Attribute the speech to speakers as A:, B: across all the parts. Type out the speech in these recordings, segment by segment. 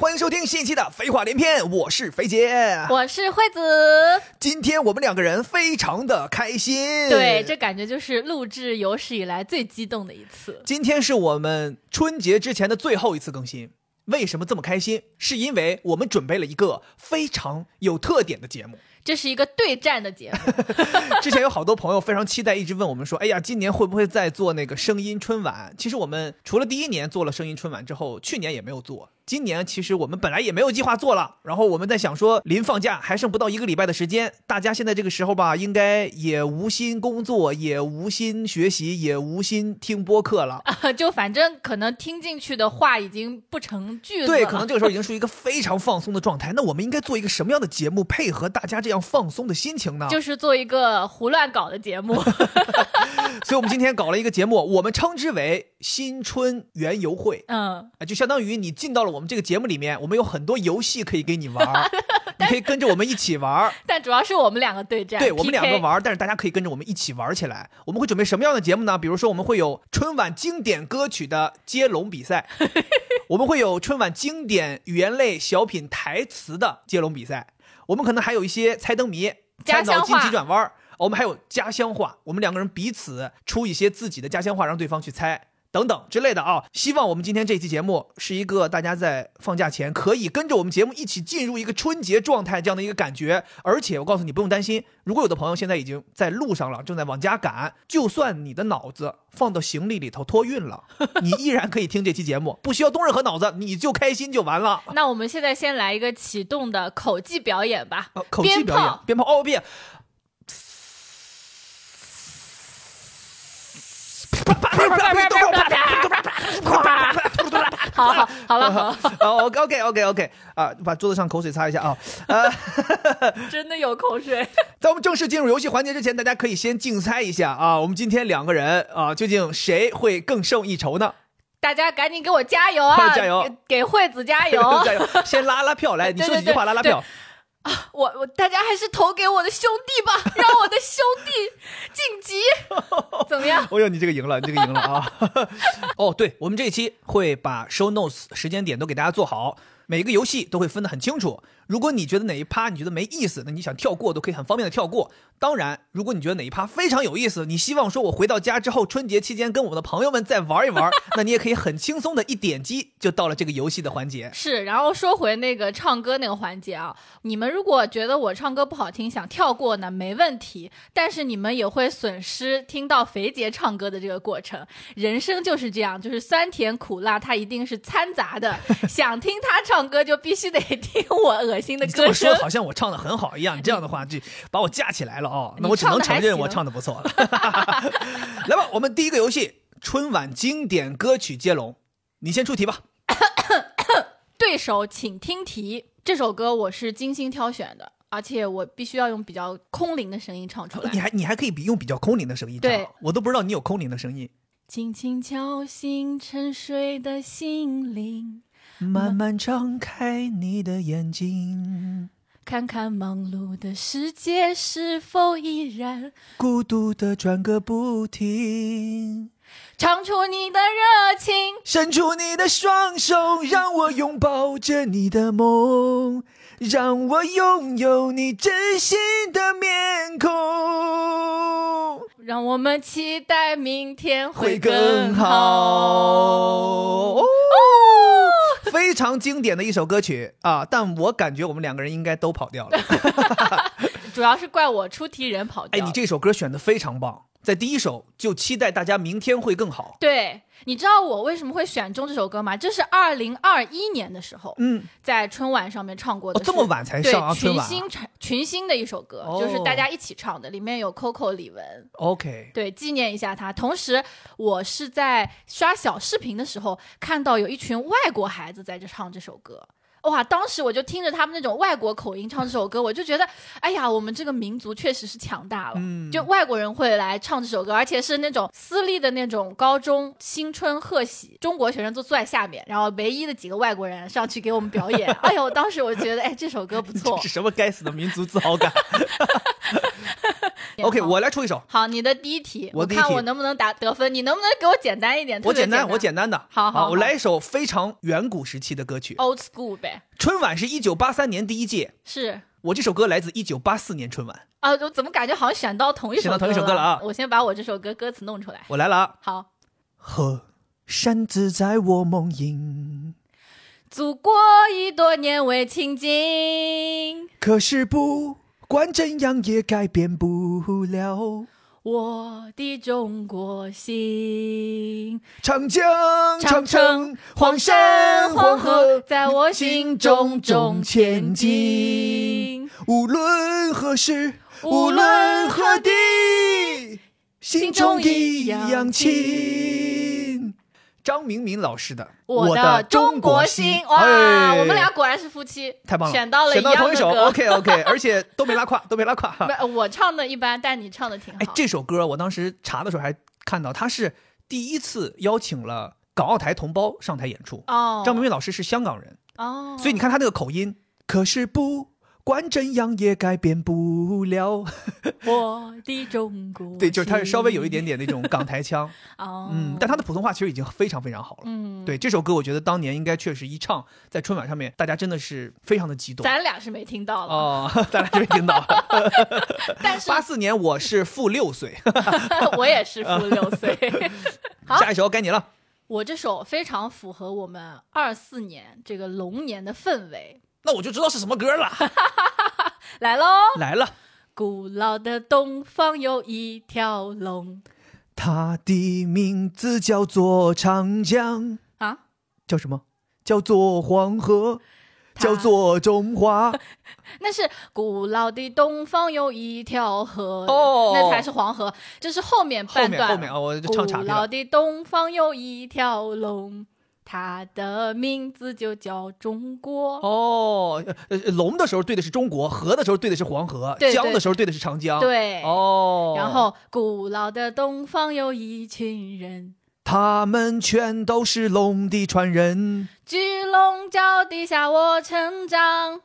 A: 欢迎收听新一期的《废话连篇》，我是肥姐。
B: 我是惠子。
A: 今天我们两个人非常的开心，
B: 对，这感觉就是录制有史以来最激动的一次。
A: 今天是我们春节之前的最后一次更新。为什么这么开心？是因为我们准备了一个非常有特点的节目。
B: 这是一个对战的节目，
A: 之前有好多朋友非常期待，一直问我们说：“哎呀，今年会不会再做那个声音春晚？”其实我们除了第一年做了声音春晚之后，去年也没有做。今年其实我们本来也没有计划做了，然后我们在想说，临放假还剩不到一个礼拜的时间，大家现在这个时候吧，应该也无心工作，也无心学习，也无心听播客了。
B: 就反正可能听进去的话已经不成句子了。
A: 对，可能这个时候已经是一个非常放松的状态。那我们应该做一个什么样的节目，配合大家这样放松的心情呢？
B: 就是做一个胡乱搞的节目。
A: 所以我们今天搞了一个节目，我们称之为“新春园游会
B: 嗯”，，
A: 啊，就相当于你进到了我们这个节目里面，我们有很多游戏可以给你玩儿，你可以跟着我们一起玩儿，
B: 但主要是我们两个对战，
A: 对我们两个
B: PK。
A: 玩儿，但是大家可以跟着我们一起玩儿起来。我们会准备什么样的节目呢？比如说，我们会有春晚经典歌曲的接龙比赛， 我们会有春晚经典语言类小品台词的接龙比赛，我们可能还有一些猜灯谜、猜
B: 家
A: 脑
B: 乡
A: 筋急
B: 话
A: 转弯儿，我们还有家乡话，我们两个人彼此出一些自己的家乡话，让对方去猜。等等之类的啊，希望我们今天这期节目是一个大家在放假前可以跟着我们节目一起进入一个春节状态这样的一个感觉。而且我告诉你，不用担心，如果有的朋友现在已经在路上了，正在往家赶，就算你的脑子放到行李里头托运了，你依然可以听这期节目，不需要动任何脑子，你就开心就完了。
B: 那我们现在先来一个启动的口技表演 吧
A: 啊，口技表演，鞭炮哦别，
B: 好好好 了，好了，
A: 哦，OK OK OK 啊，把桌子上口水擦一下啊。呃，
B: 真的有口水。
A: 在我们正式进入游戏环节之前，大家可以先竞猜一下啊，我们今天两个人啊，究竟谁会更胜一筹呢？
B: 大家赶紧给我加油啊！
A: 加油
B: 给，给惠子加 油！
A: 加油！先拉拉票来，你说几句话拉拉票。
B: 我我大家还是投给我的兄弟 吧，让我的兄弟晋级，怎么样？
A: 哦呦，你这个赢了，你这个赢了啊！ 哦，对，我们这一期会把 show notes 时间点都给大家做好，每个游戏都会分得很清楚。如果你觉得哪一趴你觉得没意思，那你想跳过都可以很方便的跳过。当然，如果你觉得哪一趴非常有意思，你希望说我回到家之后春节期间跟我们的朋友们再玩一玩， 那你也可以很轻松的一点击就到了这个游戏的环节。
B: 是，然后说回那个唱歌那个环节啊，你们如果觉得我唱歌不好听，想跳过呢，没问题，但是你们也会损失听到肥姐唱歌的这个过程。人生就是这样，就是酸甜苦辣，它一定是掺 杂的。想听她唱歌，就必须得听我恶心的
A: 你这
B: 歌
A: 么说
B: 声。
A: 好像我唱的很好一样，你这样的话就把我架起来了哦。那我只
B: 你
A: 能
B: 唱得
A: 承
B: 还
A: 认我
B: 行
A: 唱的不错了。 来吧，我们第一个游戏春晚经典歌曲接龙，你先出题吧。
B: 对手，请听题。这首歌我是精心挑选的，而且我必须要用比较空灵的声音唱出来
A: 哦你。还你还可以比用比较空灵的声音唱啊
B: 对，
A: 我都不知道你有空灵的声音。
B: 轻轻敲醒沉睡的心灵，
A: 慢慢张开你的眼睛，
B: 看看忙碌的世界是否依然
A: 孤独的转个不停，
B: 唱出你的热情。
A: 伸出你的双手，让我拥抱着你的梦，让我拥有你真心的面孔。
B: 让我们期待明天
A: 会更
B: 更
A: 好。
B: 好。
A: 哦，非常经典的一首歌曲啊，但我感觉我们两个人应该都跑掉了。
B: 主要是怪我出题人跑
A: 哎，
B: 掉。
A: 你这首歌选的非常棒，在第一首就期待大家明天会更好。
B: 对，你知道我为什么会选中这首歌吗？这是二零二一年的时候，
A: 嗯，
B: 在春晚上面唱过
A: 哦
B: 的，，
A: 这么晚才上啊，
B: 对
A: 春
B: 群
A: 晚啊。哦
B: 星唱群星的一首歌，就是大家一起唱的，里面有 Coco 李玟，
A: OK，
B: 对，纪念一下她。同时，我是在刷小视频的时候看到有一群外国孩子在这唱这首歌。哇！当时我就听着他们那种外国口音唱这首歌，我就觉得，哎呀，我们这个民族确实是强大了。
A: 嗯
B: 就外国人会来唱这首歌，而且是那种私立的那种高中新春贺喜，中国学生都坐在下面，然后唯一的几个外国人上去给我们表演。 哎 呦，当时我觉得，哎，这首歌不错
A: 这。是什么该死的民族自豪感？ OK，我来出一首，
B: 好，你的第一题，
A: 我
B: 我
A: 第一题
B: 看我能不能打得分，你能不能给我简单一点？
A: 我
B: 特别
A: 简
B: 简
A: 单，我简单的。
B: 好好好
A: 我来一首非常远古时期的歌曲。
B: old school 呗，
A: 春晚是一九八三年第一届，
B: 是。
A: 我这首歌来自一九八四年春晚。
B: 啊，我怎么感觉好像选到同一首
A: 选到同一首歌
B: 歌
A: 了啊
B: 我先把我这首歌歌词弄出来。
A: 我来了啊！
B: 好，
A: 河山自在我梦萦，
B: 祖国已多年未亲近，
A: 可是不管怎样也改变不了
B: 我的中国心。
A: 长江、
B: 长
A: 城
B: 城、
A: 黄山、黄
B: 黄河
A: 河，
B: 在我心中
A: 重
B: 重
A: 前进
B: 前进。
A: 无论何时，无
B: 无
A: 论
B: 论
A: 何
B: 何
A: 地，心中
B: 中
A: 一
B: 一
A: 样
B: 样
A: 亲。张明敏老师的《
B: 我的中国心，哇，
A: 哎
B: 我们俩果然是夫妻，
A: 太棒了，
B: 选到了
A: 选到
B: 一样
A: 同一
B: 的
A: 首
B: 歌
A: ，OK OK，而 且都没拉胯，都没拉胯。哈
B: 不是我唱的一般，但你唱的挺好。
A: 哎，这首歌我当时查的时候还看到，他是第一次邀请了港澳台同胞上台演出。
B: 哦，
A: 张明敏老师是香港人，
B: 哦，
A: 所以你看他那个口音，可是不管怎样也改变不了。
B: 我的中国，
A: 对，就是他是稍微有一
B: 嗯
A: 点点那种港台 腔，
B: 哦，
A: 嗯，但他的普通话其实已经非常非常好了。
B: 嗯，
A: 对这首歌，我觉得当年应该确实一唱在春晚上面，大家真的是非常的激动。
B: 咱俩是没听到了，
A: 哦，咱俩这边听到，
B: 但是
A: 八四年我是负六岁，哦
B: 我也是负六岁。 好
A: 下一首该你了。
B: 我这首非常符合我们二四年这个龙年的氛围，
A: 那我就知道是什么歌了，
B: 来喽！
A: 来了。
B: 古老的东方有一条龙
A: 它的名字叫做长江，
B: 啊，
A: 叫什么？叫做黄河，
B: 它
A: 叫做中 华。
B: 那是古老的东方有一条河
A: 哦
B: 那才是黄河，这是后面
A: 后
B: 半
A: 面
B: 段。
A: 后面啊，我就唱岔
B: 古
A: 劈
B: 老
A: 了。
B: 的东方有一条龙，它的名字就叫中国。
A: 哦，呃呃，龙的时候对的是中国，河的时候对的是黄河，
B: 对对
A: 江的时候对的是长江。，
B: 对，
A: 哦，
B: 然后古老的东方有一群人，
A: 他们全都是龙的传人。
B: 巨龙脚底下我成长，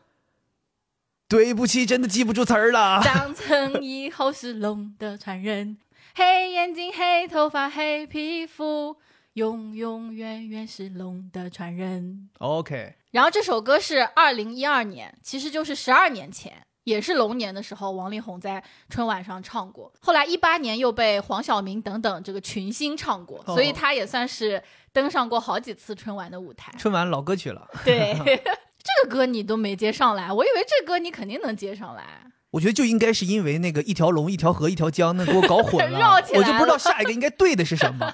A: 对不起，真的记不住词儿了。
B: 长成以后是龙的传人。 黑眼睛、黑头发、黑皮肤，永永远远是龙的传人。
A: OK，
B: 然后这首歌是二零一二年，其实就是十二年前，也是龙年的时候，王力宏在春晚上唱过。后来一八年又被黄晓明等等这个群星唱过，
A: 哦
B: 所以他也算是登上过好几次春晚的舞 台。
A: 春晚老歌曲了。
B: 对， 这个歌你都没接上来，我以为这歌你肯定能接上来。
A: 我觉得就应该是因为那个一条龙、一条河、一条江，那给我搞混了，
B: 绕起来
A: 我就不知道下一个应该对的是什么。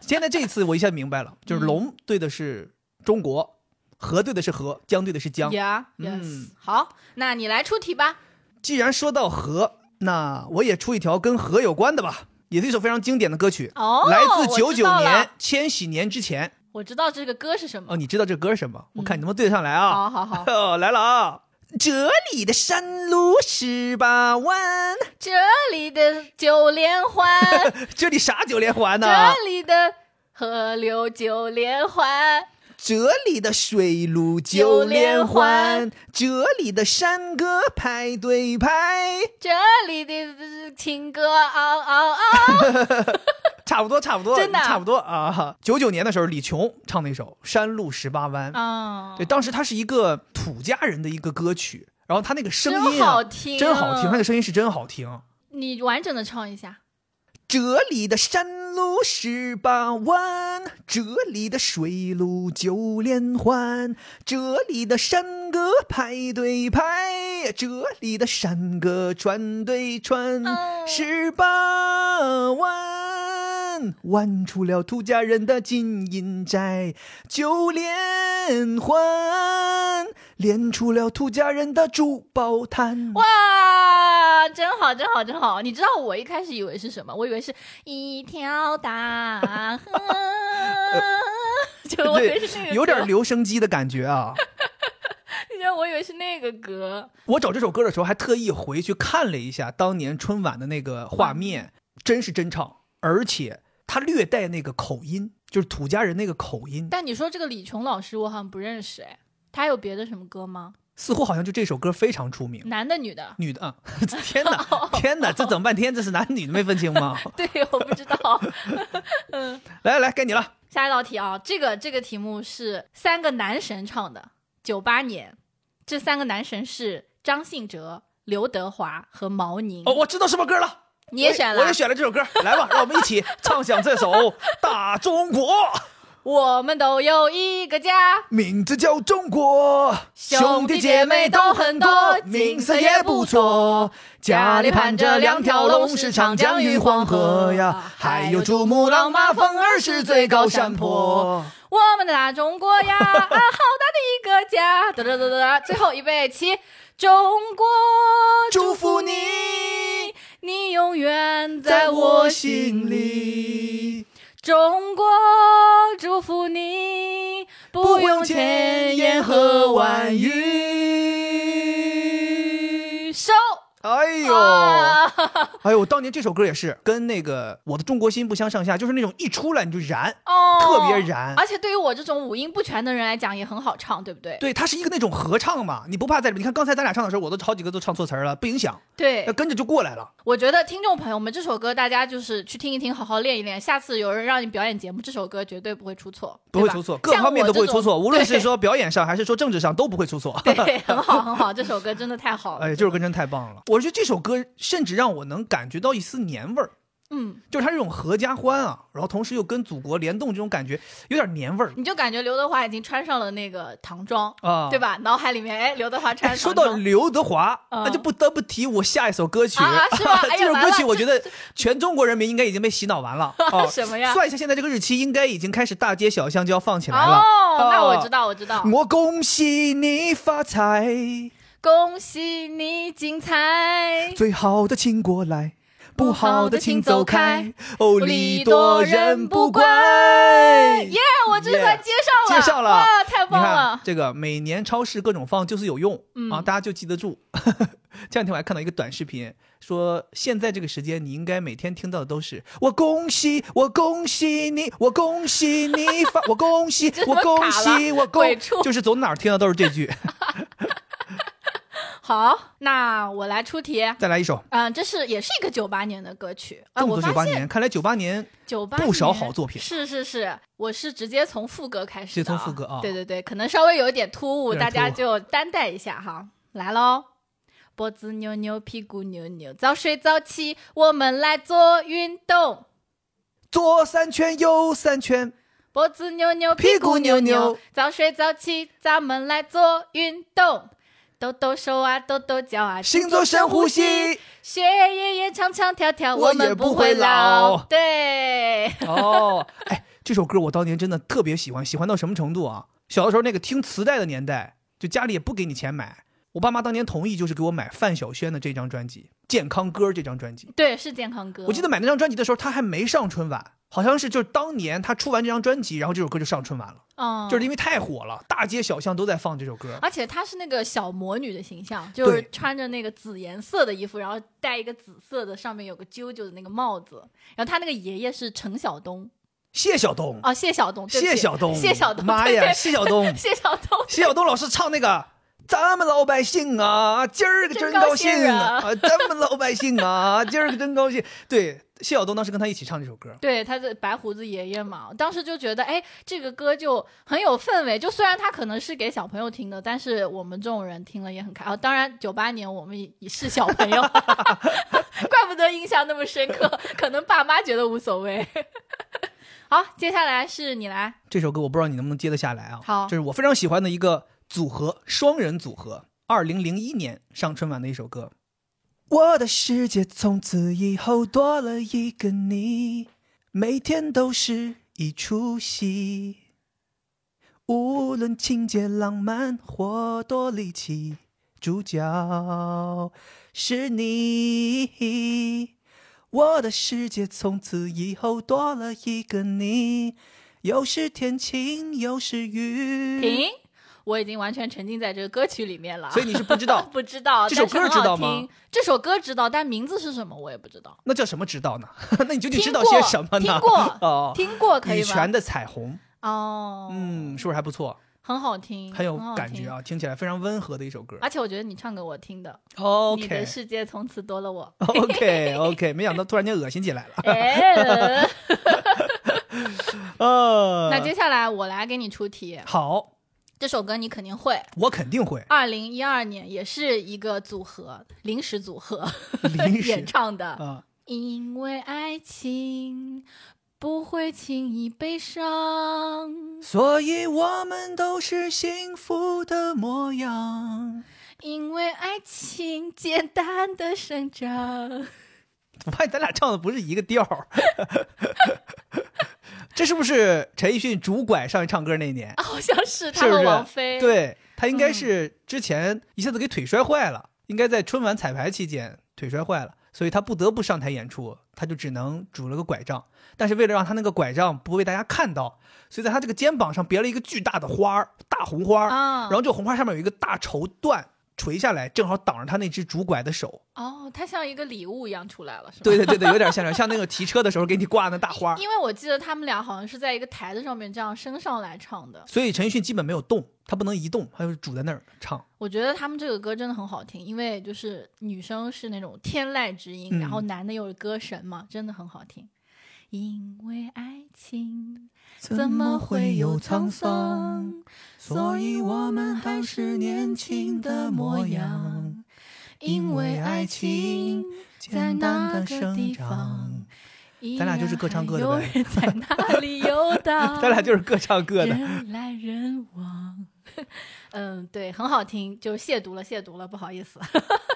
A: 现在这次我一下明白了，就是龙对的是中国，河对的是河，江对的是江。
B: Yeah, yes、
A: 嗯
B: 好，那你来出题吧。
A: 既然说到河，那我也出一条跟河有关的吧，也是一首非常经典的歌曲，
B: 哦，
A: 来自
B: 我
A: 九
B: 知
A: 九
B: 道了
A: 年，千禧年之前。
B: 我知道这个歌是什么。
A: 哦，你知道这歌是什么？我看你能不能对得上来啊？，
B: 好好嗯好
A: 哦，来了啊！这里的山路十八弯，
B: 这里的九连环，
A: 这里啥九连环呢？
B: 这里的河流九连环，
A: 这里的水路九连环，这里的山歌排对排，
B: 这里的情歌嗷嗷嗷。
A: 差不多，差不多，
B: 真的
A: 差不多啊！九九年的时候，李琼唱那首《山路十八弯》，
B: 啊
A: 对，，当时它是一个土家人的一个歌曲，然后他那个声音
B: 真
A: 啊
B: 好，听，
A: 真好听，他那个声音是真好听。
B: 你完整的唱一下。
A: 这里的山路十八弯，这里的水路九连环，这里的山歌排对排，这里的山歌串对串
B: 哦，
A: 十八弯弯出了土家人的金银寨，九连环连出了土家人的珠宝滩。
B: 哇，真好，真好，真好！你知道我一开始以为是什么？我以为是一条大 河，
A: 呃
B: 就 我以为是那个歌，
A: 有点留声机的感觉啊。
B: 你知道我以为是那个歌，
A: 我找这首歌的时候，还特意回去看了一下当年春晚的那个画面，
B: 嗯
A: 真是真唱，而且他略带那个口音，就是土家人那个口音。
B: 但你说这个李琼老师，我好像不认识哎，他有别的什么歌吗？
A: 似乎好像就这首歌非常出名。
B: 男的女 的？
A: 女的啊，天 哪，
B: 哦
A: 天哪，这整半天这是男女的没分清吗？
B: 对，我不知道。
A: 来来来，该你了。
B: 下一道题啊，这个这个题目是三个男神唱的，九八年，这三个男神是张信哲、刘德华和毛宁。
A: 哦，我知道什么歌了。
B: 你也
A: 我
B: 选
A: 我也
B: 了？
A: 选了这首歌，来吧，让我们一起唱响这首《大中国》，
B: 我们都有一个家。
A: 名字叫中国，
B: 兄弟姐妹都很多
A: 名声也不错。家里盘着两条龙，是长江与黄河
B: 哦
A: 呀，还有珠穆朗玛峰儿是最高山坡。
B: 我们的大中国呀， 啊，好大的一个家！得得得得得，最后一备起，中国，
A: 祝福你，
B: 你永远
A: 在
B: 在
A: 我
B: 我
A: 心
B: 心里。
A: 里。
B: 中国，祝福你，不
A: 不
B: 用
A: 用
B: 千
A: 千
B: 言
A: 言
B: 和
A: 和
B: 万
A: 万
B: 语。
A: 语。
B: 收。
A: 哎呦，
B: 啊
A: 哎呦，我当年这首歌也是跟那个《我的中国心》不相上下，就是那种一出来你就燃。
B: 哦，
A: 特别燃
B: 而且对于我这种五音不全的人来讲，也很好唱，对不对？
A: 对，它是一个那种合唱嘛，你不怕在里面？你看刚才咱俩唱的时候，我都好几个都唱错词儿了，不影响，
B: 对
A: 那跟着就过来了。
B: 我觉得听众朋友们，这首歌大家就是去听一听，好好练一练。下次有人让你表演节目，这首歌绝对不会出错，
A: 不会
B: 对吧
A: 出错，各方面都不会出错，
B: 像我这种
A: 无论是说表演上还是说政治上都不会出错。
B: 对对，很好很好，这首歌真的太好了。
A: 哎，这首歌真太棒了！我觉得这首歌甚至让我能感觉到一丝年味儿，
B: 嗯，
A: 就是它这种合家欢啊，然后同时又跟祖国联动这种感觉，有点年味儿
B: 你就感觉刘德华已经穿上了那个唐装，
A: 啊，
B: 对吧？脑海里面，哎，刘德华穿
A: 哎说
B: 唐
A: 到
B: 装。
A: 刘德华，
B: 嗯
A: 那就不得不提我下一首歌曲，
B: 啊是吧 哎呀
A: 这首歌
B: 完
A: 曲
B: 了
A: 我觉得全中国人民应该已经被洗脑完 了啊。
B: 什么呀？
A: 算一下现在这个日期，应该已经开始大街小巷就要放起来了。
B: 哦，那我
A: 哦
B: 知道，我知道。
A: 我恭喜你发财，
B: 恭喜你 精彩，
A: 最好的请过来，
B: 不
A: 不
B: 好
A: 好
B: 的
A: 的
B: 请
A: 请
B: 走
A: 走
B: 开
A: 开。哦，
B: 礼
A: 礼
B: 多
A: 多
B: 人
A: 人
B: 不
A: 不
B: 怪
A: 怪。
B: 耶！我这算
A: Yeah，
B: 接上
A: 接
B: 了，
A: 上了
B: 哇，太
A: 你
B: 棒
A: 看
B: 了！
A: 这个每年超市各种放就是有用、
B: 嗯
A: 啊，大家就记得住。 这两天我还看到一个短视频，说现在这个时间你应该每天听到的都是我恭喜我恭喜你我恭喜你发我恭喜
B: 这怎
A: 我
B: 么
A: 恭
B: 卡了
A: 喜我
B: 鬼
A: 恭
B: 畜，
A: 就是走哪儿听到都是这句。
B: 好，那我来出题。
A: 再来一首，
B: 嗯，这是也是一个九八年的歌曲啊、
A: 这么
B: 我
A: 多
B: 发
A: 九八
B: 现
A: 年，看来九八年
B: 九八
A: 不少好作品
B: 是是是，我是直接从副歌开始
A: 直
B: 的，
A: 接从副歌啊
B: 对对对，可能稍微有一点突兀，
A: 有点
B: 大家
A: 突兀
B: 就担待一下哈。来喽，脖子扭扭，屁股扭扭，早睡早起，我们来做运动。
A: 左三圈右三圈，
B: 脖子扭扭，
A: 屁
B: 股
A: 股
B: 扭
A: 扭扭
B: 早睡早起，咱们来做运动。抖抖手啊，抖抖脚啊，
A: 星座深呼吸。
B: 学业也唱唱跳跳，
A: 我
B: 我们
A: 也不会
B: 会
A: 老
B: 对，
A: 哦，哎，这首歌我当年真的特别喜欢，喜欢到什么程度啊？小的时候那个听磁带的年代，就家里也不给你钱买，我爸妈当年同意就是给我买范晓萱的这张专辑《健康歌》这张专辑。
B: 对，是健康歌。
A: 我记得买那张专辑的时候，他还没上春晚，好像是就是当年他出完这张专辑，然后这首歌就上春晚了，
B: 嗯，啊
A: 就是因为太火了，大街小巷都在放这首歌。
B: 而且她是那个小魔女的形象，就是
A: 对
B: 穿着那个紫颜色的衣服，然后戴一个紫色的，上面有个啾啾的那个帽子。然后她那个爷爷是陈晓东，
A: 谢晓东，
B: 哦，谢晓东，对不起
A: 谢晓东，
B: 谢晓东，
A: 妈
B: 对
A: 呀，
B: 对
A: 谢晓东，
B: 谢晓东，
A: 谢晓东老师唱那个。咱们老百姓啊，今儿个真高兴
B: 真高兴啊
A: 啊！咱们老百姓啊， 今儿个真高兴。对，谢晓东当时跟他一起唱这首歌，
B: 对，他是白胡子爷爷嘛，我当时就觉得，哎，这个歌就很有氛围。就虽然他可能是给小朋友听的，但是我们这种人听了也很开。哦，当然，九八年我们也也是小朋友， 怪不得印象那么深刻。可能爸妈觉得无所谓。 好，接下来是你来，
A: 这首歌我不知道你能不能接得下来啊。
B: 好
A: 这是我非常喜欢的一个组合，双人组合，二零零一年上春晚的一首歌。我的世界从此以后多了一个你，每天都是一出戏，无论情节浪漫或多离奇，主角是你。我的世界从此以后多了一个你，有时天晴，有时雨。
B: 停，我已经完全沉浸在这个歌曲里面了。
A: 嗯所以你是不知道
B: 不知道
A: 这首
B: 但是很
A: 歌知
B: 好
A: 道吗
B: 听？这首歌知道，但名字是什么我也不知道。
A: 那叫什么知道呢？ 那你究竟
B: 听
A: 知道
B: 过
A: 些什么呢？
B: 听过
A: 哦，
B: 听过可
A: 羽
B: 以吗
A: 泉？的《彩虹》，
B: 哦，
A: 嗯，是不是还不错？
B: 很好听，
A: 很有
B: 好
A: 感觉
B: 听。
A: 啊，听起来非常温和的一首歌。
B: 而且我觉得你唱给我听的啊你的
A: OK
B: 世界从此多了我。
A: OK OK，没想到突然间恶心起来了。
B: 哎，
A: 呃，
B: 那接下来我来给你出题，
A: 好，
B: 这首歌你肯定会。
A: 我肯定 会
B: 二零一二年也是一个组合，临时组合
A: 临时
B: 演唱的，
A: 啊、
B: 因为爱情不会轻易悲伤，
A: 所以我们都是幸福的模样。
B: 因为爱情简单的生长。 啊
A: 我发现咱俩唱的不是一个调儿， 这是不是陈奕迅主拐上去唱歌那年？
B: 啊好像是他
A: 是不
B: 和
A: 是
B: 王菲，嗯
A: 对他应该是之前一下子给腿摔坏了，应该在春晚彩排期间腿摔坏了，所以他不得不上台演出，他就只能拄了个拐杖。但是为了让他那个拐杖不被大家看到，所以在他这个肩膀上别了一个巨大的花儿，大红花儿，
B: 啊，
A: 然后这个红花下面有一个大绸缎垂下来，正好挡着他那只拄拐的 手。
B: 哦，他像一个礼物一样出来了，是吗？
A: 对对对对，有点像像那个骑车的时候给你挂那大 花儿。
B: 因为我记得他们俩好像是在一个台子上面这样升上来唱的，
A: 所以陈奕迅基本没有动，他不能移动，他就是拄在那儿唱。
B: 我觉得他们这个歌真的很好听，因为就是女生是那种天籁之音，
A: 嗯
B: 然后男的又是歌神嘛，真的很好听。因为爱情怎么会有沧桑？所以我们还是年轻的模样。因为爱情在那个地方，
A: 咱俩就是各唱各的
B: 依然
A: 呗
B: 还有人在那里游荡，
A: 咱俩就是各唱各的。
B: 人来人往。 嗯，对，很好听，就亵渎了，亵渎了，不好意思。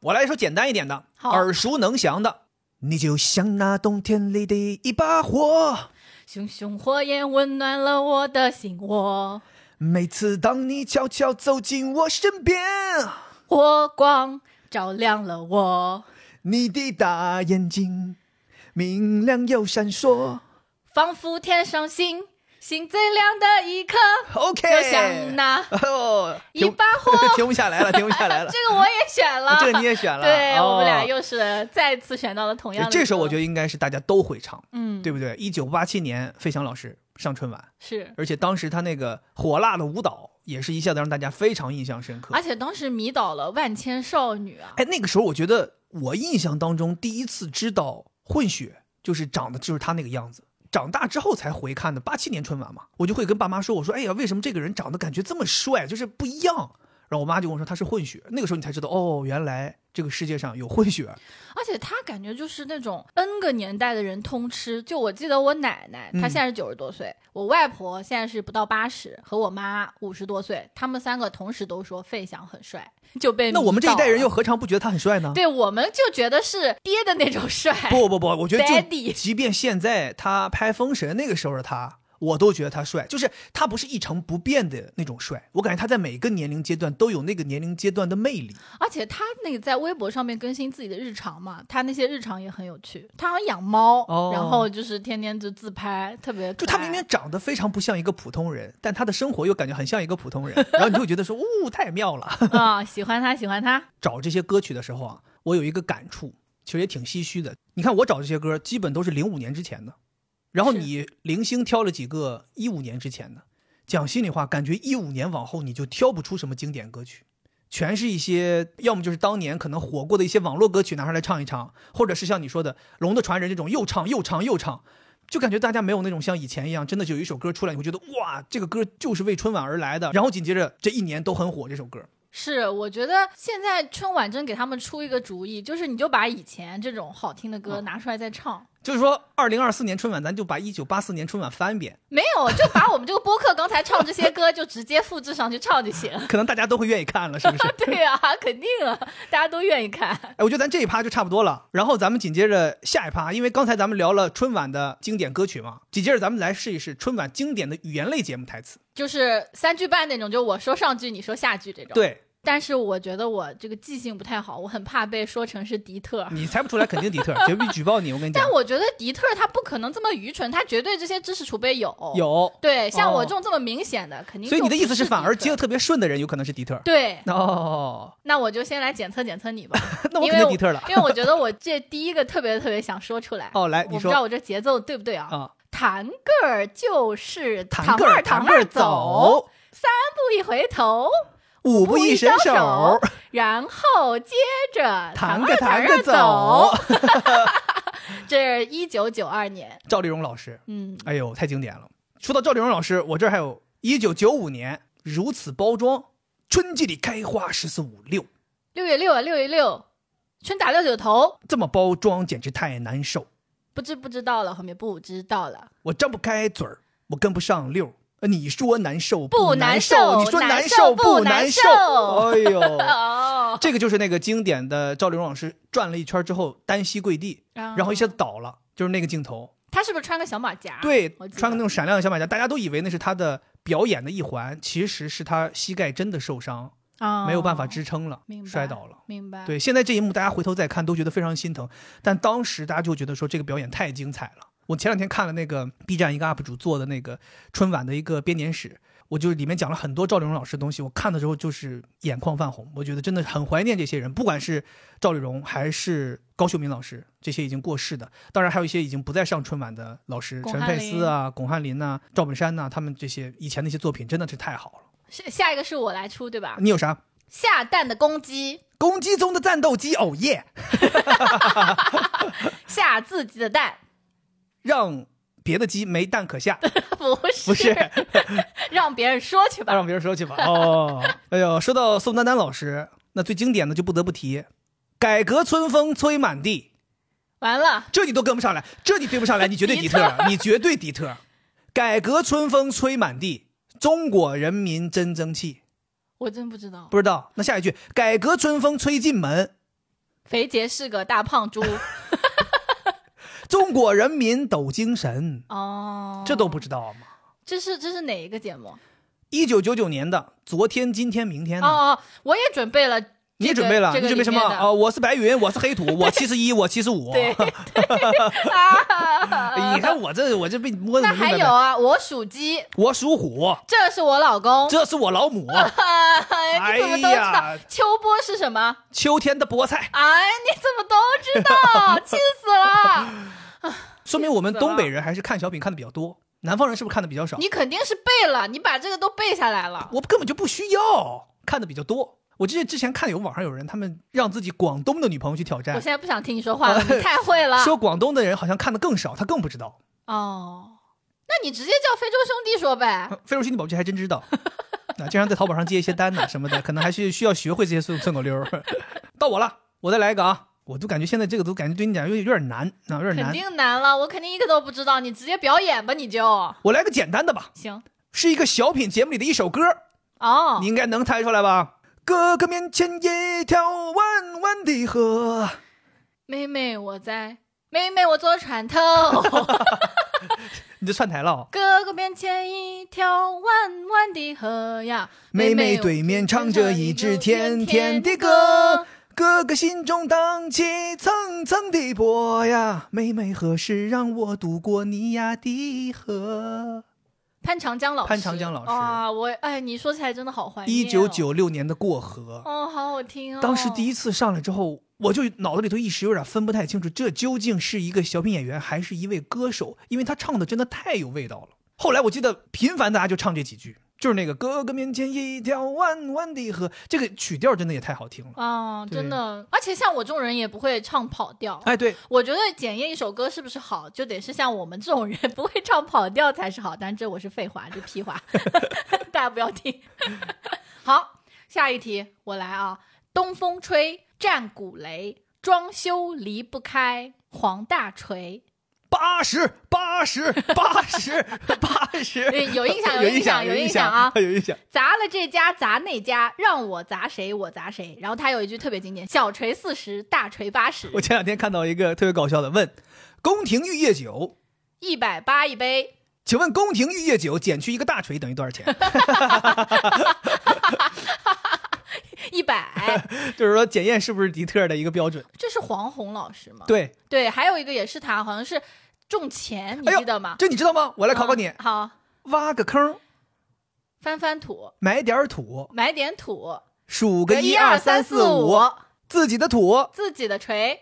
A: 我来说简单一点的，
B: 好
A: 耳熟能详的。你就像那冬天里的一把火，
B: 熊熊火焰温暖了我的心窝，
A: 每次当你悄悄走进我身边，
B: 火光照亮了我，
A: 你的大眼睛明亮又闪烁。
B: 仿佛天上星星最亮的一颗，
A: OK，
B: 就像那
A: 哦，
B: 一把火。
A: 停停不下来了，停不下来了。 啊
B: 这个我也选了，
A: 这个你也选了，
B: 对、
A: 哦
B: 我们俩又是再次选到了同样的歌。
A: 这首我觉得应该是大家都会唱，
B: 嗯，
A: 对不对？一九八七年，费翔老师上春晚，
B: 是。
A: 而且当时他那个火辣的舞蹈也是一下子让大家非常印象深刻
B: 而。且当时迷倒了万千少女啊！
A: 哎，那个时候我觉得我印象当中第一次知道混血就是长得就是他那个样子。长大之后才回看的，八七年春晚嘛，我就会跟爸妈说，我说，哎呀，为什么这个人长得感觉这么帅，就是不一样？然后我妈就跟我说他是混血，那个时候你才知道，哦，原来这个世界上有混血。
B: 而且他感觉就是那种 N 个年代的人通吃。就我记得我奶奶，
A: 嗯
B: 她现在是九十多岁，我外婆现在是不到八十，和我妈五十多岁，他们三个同时都说费翔很帅，就被
A: 那我们这一代人又
B: 又
A: 何尝不觉得他很帅呢？
B: 对，我们就觉得是爹的那种帅。
A: 不不不，我觉得就
B: Daddy
A: 即便现在他拍《封神》那个时候的他，我都觉得他帅，就是他不是一成不变的那种帅，我感觉他在每个年龄阶段都有那个年龄阶段的魅力。
B: 而且他那个在微博上面更新自己的日常嘛，他那些日常也很有趣。他好像养猫，
A: 哦
B: 然后就是天天就自拍，特别
A: 就
B: 可爱
A: 他明明长得非常不像一个普通人，但他的生活又感觉很像一个普通人，然后你就会觉得说，呜、太妙了。
B: 啊、喜欢他，喜欢他。
A: 找这些歌曲的时候啊，我有一个感触，其实也挺唏嘘的。你看我找这些歌，基本都是零五年之前的，然后
B: 是
A: 你零星挑了几个一五年之前的。讲心里话，感觉一五年往后你就挑不出什么经典歌曲，全是一些要么就是当年可能火过的一些网络歌曲拿出来唱一唱，或者是像你说的《龙的传人》这种又唱又唱又唱，就感觉大家没有那种像以前一样，真的就有一首歌出来，你会觉得哇，这个歌就是为春晚而来的。然后紧接着这一年都很火这首歌，
B: 是，我觉得现在春晚真给他们出一个主意，就是你就把以前这种好听的
A: 嗯
B: 歌拿出来再唱。
A: 就是说，二零二四年春晚，咱就把一九八四年春晚翻一遍，
B: 没有，就把我们这个播客刚才唱这些歌，就直接复制上去唱就行。
A: 可能大家都会愿意看了，是不是？
B: 对啊，肯定啊，大家都愿意看。
A: 哎，我觉得咱这一趴就差不多了，然后咱们紧接着下一趴，因为刚才咱们聊了春晚的经典歌曲嘛，紧接着咱们来试一试春晚经典的语言类节目台词。
B: 就是三句半那种，就我说上句，你说下句这种。。
A: 对
B: 但是我觉得我这个记性不太好，我很怕被说成是迪特。
A: 你猜不出来，肯定底 特，绝壁举报你，我跟你讲
B: 但。我觉得迪特他不可能这么愚蠢，他绝对这些知识储备有。。
A: 有，
B: 对，像我
A: 哦
B: 这种这么明显的，肯定就不迪特。
A: 所以你的意思是，反而接的特别顺的人有可能是底特。
B: 对，
A: 哦，
B: 那我就先来检测检测你吧。
A: 那我
B: 因
A: 肯
B: 为
A: 定
B: 我
A: 底特了
B: 因为我觉得我这第一个特别特别想说出来。
A: 哦来
B: 我
A: 你
B: 不知
A: 说
B: 道我这节奏对不对啊？
A: 啊！
B: 弹个儿就是
A: 弹个
B: 儿
A: 儿
B: 弹
A: 个儿
B: 走，
A: 走，
B: 步一回头，
A: 五步一伸
B: 伸
A: 手，
B: 然后接着
A: 弹
B: 个
A: 个弹
B: 弹
A: 个
B: 走
A: 走。。
B: 这是一九九二年，
A: 赵丽蓉老师，
B: 嗯，
A: 哎呦，太经典了！说到赵丽蓉老师，我这儿还有一九九五年如此包装，春季里开花十四五六，
B: 六月六啊，六月六，春打六九头，
A: 这么包装简直太难受。
B: 不知不知道了，后面不知道了，
A: 我张不开嘴儿，我跟不上溜儿。呃你说难受
B: 不难
A: 难
B: 受
A: 你说
B: 难
A: 难
B: 受不
A: 不
B: 难
A: 难受？
B: 受，
A: 哎呦
B: 哦，
A: 这个就是那个经典的赵丽蓉老师转了一圈之后单膝跪地，
B: 嗯
A: 然后一下子倒了，就是那个镜头。
B: 他是不是穿个小马甲？
A: 对
B: 啊我，记得
A: 穿个那种闪亮的小马甲，大家都以为那是她的表演的一环，其实是她膝盖真的受伤，
B: 哦
A: 没有办法支撑了
B: 明，白
A: 摔倒了。
B: 明白，
A: 对，现在这一幕大家回头再看都觉得非常心疼，但当时大家就觉得说这个表演太精彩了。我前两天看了那个 B 站一个 UP 主做的那个春晚的一个编年史，我就里面讲了很多赵丽蓉老师的东西，我看的时候就是眼眶泛红，我觉得真的很怀念这些人，不管是赵丽蓉还是高秀敏老师，这些已经过世的，当然还有一些已经不再上春晚的老师，
B: 巩
A: 陈
B: 汉
A: 佩斯啊、龚汉林呐、赵本山呐、他们这些以前那些作品真的是太好了。
B: 是下一个是我来出，对吧？
A: 你有啥？
B: 下蛋的公鸡
A: 公鸡中的战斗机，哦耶！
B: 下自己的蛋，
A: 让别的鸡没蛋可 下，
B: 不是
A: 不是
B: 让别人说去 吧？
A: 让别人说去吧。哦，哎呦，说到宋丹丹老师，那最经典的就不得不提，改革春风吹满地，
B: 完了，
A: 这你都跟不上来，这你对不上来，你绝对
B: 底
A: 底特，你绝对底特。改革春风吹满地，中国人民真争气。
B: 我真不知道。
A: 不知道，那下一句，改革春风吹进门，
B: 肥杰是个大 胖猪
A: 中国人民抖精神，
B: 哦，
A: 这都不知道吗？
B: 这是这是哪一个节目？
A: 一九九九年的，昨天、今天、明天
B: 哦
A: 呢？
B: 哦，我也准备了这个。
A: 你也准备了？
B: 这个
A: 你准备什么？
B: 里面的
A: 啊、 我是白云，我是黑土，我七十一，我七十五。
B: 对， 啊
A: 哎你看我这我这被摸的
B: 那还有啊，我属鸡，
A: 我属虎，
B: 这是我老公。
A: 这是我老母，
B: 呃哎，你怎么都知
A: 哎
B: 道
A: 呀？
B: 秋波是什么？
A: 秋天的菠菜，
B: 哎，你怎么都 知道？气死了！
A: 说明我们东北人还是看小品看的比较多，南方人是不是看的比较少？
B: 你肯定是背了，你把这个都背下来了。
A: 我根本就不需要看的比较多。我记得之前看有网上有人，他们让自己广东的女朋友去挑
B: 我
A: 战
B: 现，在不想听你说话了，你太 会了。
A: 说广东的人好像看的更少，他更不知道。
B: 哦，那你直接叫非洲兄弟 说呗。
A: 非洲心理宝贝还真知道， 啊，经常在淘宝上接一些单呐、什么的，可能还是需要学会这些顺顺口溜儿。到我了，我再来一个啊！我都感觉现在这个都感觉对你讲有点有点难啊，有点
B: 肯
A: 难。
B: 定难了，我肯定一个都不知道，你直接表演吧，你就
A: 我来个简单的吧，
B: 行。
A: 是一个小品节目里的一首歌，
B: 哦
A: 你，应该能猜出来吧？哥哥面前一条弯弯的河，
B: 妹妹我在，妹妹我坐 船头，
A: 你这串台了、哦。
B: 哥哥面前一条弯弯的河呀。
A: 妹妹
B: 我
A: 对面唱着一支甜甜的歌，哥哥心中荡起层层的波呀。妹妹何时让我渡过你呀的河？
B: 潘长江老师，
A: 潘长江老师
B: 啊，我哎，你说起来真的好怀念、
A: 一九，九六年的过河，
B: 哦，好好听哦。
A: 当时第
B: 一，
A: 一次上来之后，我就脑子里头一时有点分不太清楚，这究竟是一个小品演员还是一位歌手？因为他唱的真的太有味道了。后来我记得频繁大家就唱这几句，就是那个哥哥面前一条弯弯的河，这个曲调真的也太好听了。
B: 啊，
A: 对
B: 真的，而且像我这种人也不会唱跑调。
A: 哎，对，
B: 我觉得检验一首歌是不是好，就得是像我们这种人不会唱跑调才是好。但这我是废话，这屁话， 大家不要听。 好，下一题我来啊。东风吹，战鼓擂，装修离不开黄大锤。
A: 八十八十 八十八十，
B: 对，哎有印 象，
A: 有
B: 印象，有
A: 有
B: 印
A: 印
B: 象 啊！
A: 有印象。
B: 砸了这家砸那家，让我砸谁我砸谁。然后他有一句特别经典：小锤四十，大锤八十
A: 我，前两天看到一个特别搞笑的，问宫廷玉液酒，
B: 一百八一杯。
A: 请问宫廷玉液酒减去一个大锤等于多少钱？
B: 一百，
A: 就是说检验是不是迪特的一个标准。
B: 这是黄宏老师吗？
A: 对，
B: 对，还有一个也是他，好像是中钱，你
A: 哎呦
B: 记得吗？
A: 这你知道吗？我来
B: 来
A: 考考你，
B: 好，
A: 挖个坑，
B: 翻翻土，
A: 埋点土，
B: 买点土，
A: 数个
B: 一
A: 一二
B: 三
A: 三四啊
B: 五，
A: 自己的土，
B: 自己的锤，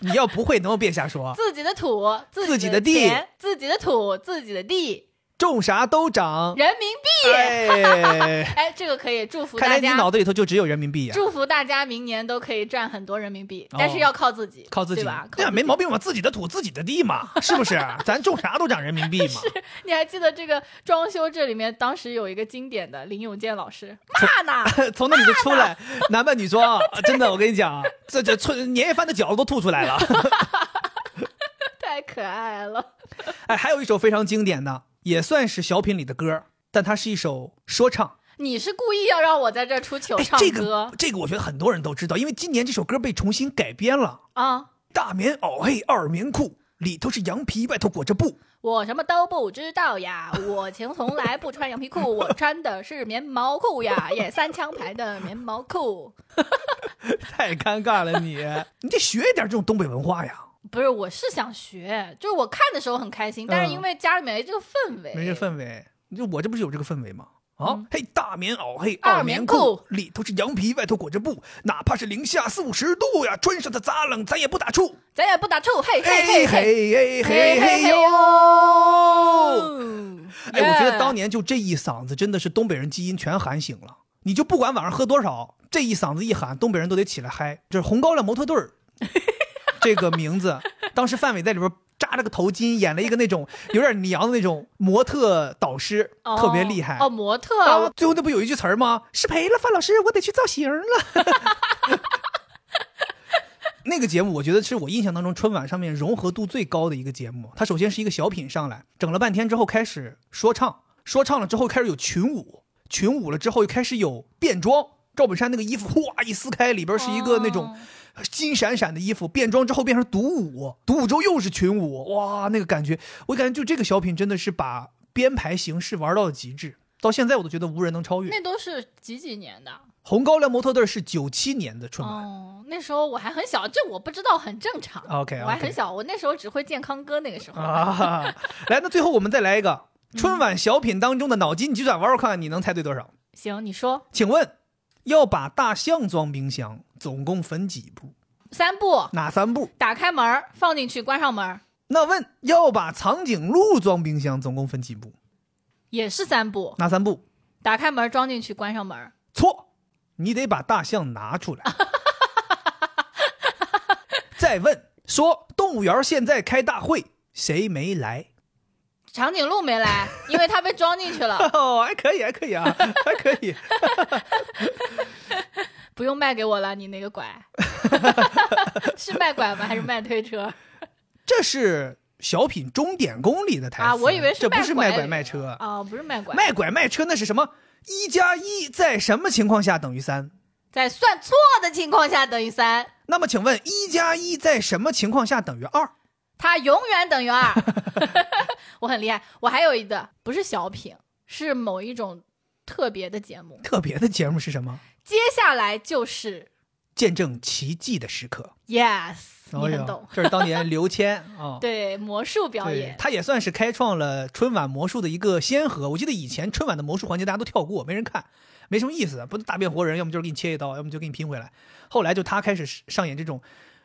A: 你要不会能别瞎说。
B: 自己的土，
A: 自
B: 己
A: 己
B: 的
A: 的地
B: 钱，自己的土，自己的地。
A: 种啥都涨。
B: 人民币。
A: 哎，
B: 哎，这个可以祝福
A: 看
B: 大
A: 来你
B: 家，
A: 脑子里头就只有人民币呀、
B: 祝福大家明年都可以赚很多人民币，
A: 哦
B: 但是要靠自己，
A: 靠自己
B: 对吧？，靠
A: 那
B: 自己
A: 哎没毛病嘛，自己的土自己的地 嘛，是不是？咱种啥都涨人民币嘛。
B: 你还记得这个装修这里面当时有一个经典的林永健老师骂呢，
A: 从那里就出 来，男扮女装，啊真的，我跟你讲，啊这这春年夜饭的饺子都吐出来了。
B: 太可爱了。
A: 哎，还有一首非常经典的，也算是小品里的歌，但它是一首说唱。
B: 你是故意要让我在这儿出糗
A: 哎
B: 唱，
A: 这
B: 歌
A: 个这个我觉得很多人都知道，因为今年这首歌被重新改编了。
B: 啊？
A: 大棉袄嘿，二棉裤，里头是羊皮，外头裹着布。
B: 我什么都不知道呀，我情从来不穿羊皮裤，我穿的是棉毛裤呀，也三枪牌的棉毛裤。
A: 太尴尬了你， 你得学一点这种东北文化呀。
B: 不是，我是想学，就是我看的时候很开心，但是因为家里面没这个氛围，
A: 嗯没这氛围，你就我这不是有这个氛围吗？啊，
B: 嗯
A: 嘿，大棉袄，嘿，
B: 二
A: 二棉
B: 棉
A: 裤，里头是羊皮，外头裹着布，哪怕是零下四五十度呀，穿上它咋冷，咱也不打怵。
B: 咱也不打怵，嘿
A: 哎嘿
B: 嘿嘿哦
A: 嘿嘿嘿
B: 嘿
A: 哟！
B: 哟！
A: 哎，我觉得
B: Yeah
A: 当年就这一嗓子，真的是东北人基因全喊醒了。你就不管晚上喝多少，这一嗓子一喊，东北人都得起来嗨。这是红高粱模特队 儿这个名字，当时范伟在里边扎着个头巾，演了一个那种有点娘的那种模特导师，
B: 哦
A: 特别厉害。
B: 哦，模特
A: 啊，最后那不有一句词儿吗？失陪了，范老师，我得去造型儿了。 那个节目，我觉得是我印象当中春晚上面融合度最高的一个节目。它首先是一个小品上来，整了半天之后开始说唱，说唱了之后开始有群舞，群舞了之后又开始有变装。赵本山那个衣服哗一撕开，里边是一个那种
B: 哦
A: 金闪闪的衣服，变装之后变成独舞，独舞之后又是群舞，哇，那个感觉，我感觉就这个小品真的是把编排形式玩到了极致，到现在我都觉得无人能超越。
B: 那都是几几年的？
A: 红高粱模特队是九七年的春晚，啊
B: 哦，那时候我还很小，这我不知道，很正常。
A: OK，OK
B: 我还很小，我那时候只会健康歌，那个时候。
A: 啊， 来，那最后我们再来一个春晚小品当中的脑筋急转弯，我看看你能猜对多少？
B: 行，你说
A: 请问，要把大象装冰箱，总共分几步？
B: 三步，
A: 哪三步？
B: 打开门儿，放进去，关上门儿，
A: 那问要把长颈鹿装冰箱，总共分几步？
B: 也是三步，
A: 哪三步？
B: 打开门儿，装进去，关上门儿。
A: 错，你得把大象拿出来。再问说，动物园现在开大会，谁没来？
B: 长颈鹿没来，因为它被装进去了，
A: 哦，还可以，还可以啊，还可以。
B: 不用卖给我了，你那个拐， 是卖拐吗？还是卖推车？
A: 这是小品钟点工里的台词
B: 啊，我以为
A: 这不是卖
B: 拐
A: 拐卖车，
B: 啊，不是卖拐，
A: 卖拐卖车那是什么？一加一在什么情况下等于三？
B: 在算错的情况下等于三，
A: 那么请问一加一在什么情况下等于二？
B: 它永远等于二。 我很厉害，我还有一个不是小品，是某一种特别的节目。
A: 特别的节目是什么？
B: 接下来就是
A: 见证奇迹的时刻。
B: yes，你
A: 哎
B: 很
A: 呦
B: 懂，。
A: 这是当年刘谦 啊
B: 对魔术表
A: 对
B: 演，
A: 他也算是开创了春晚魔术的一个先河。我记得以前春晚的魔术环节大家都跳过，没人看，没什么意思，不是大变活人，要么就是给你切一刀，要么就给你拼回来。后来就他开始上演这种，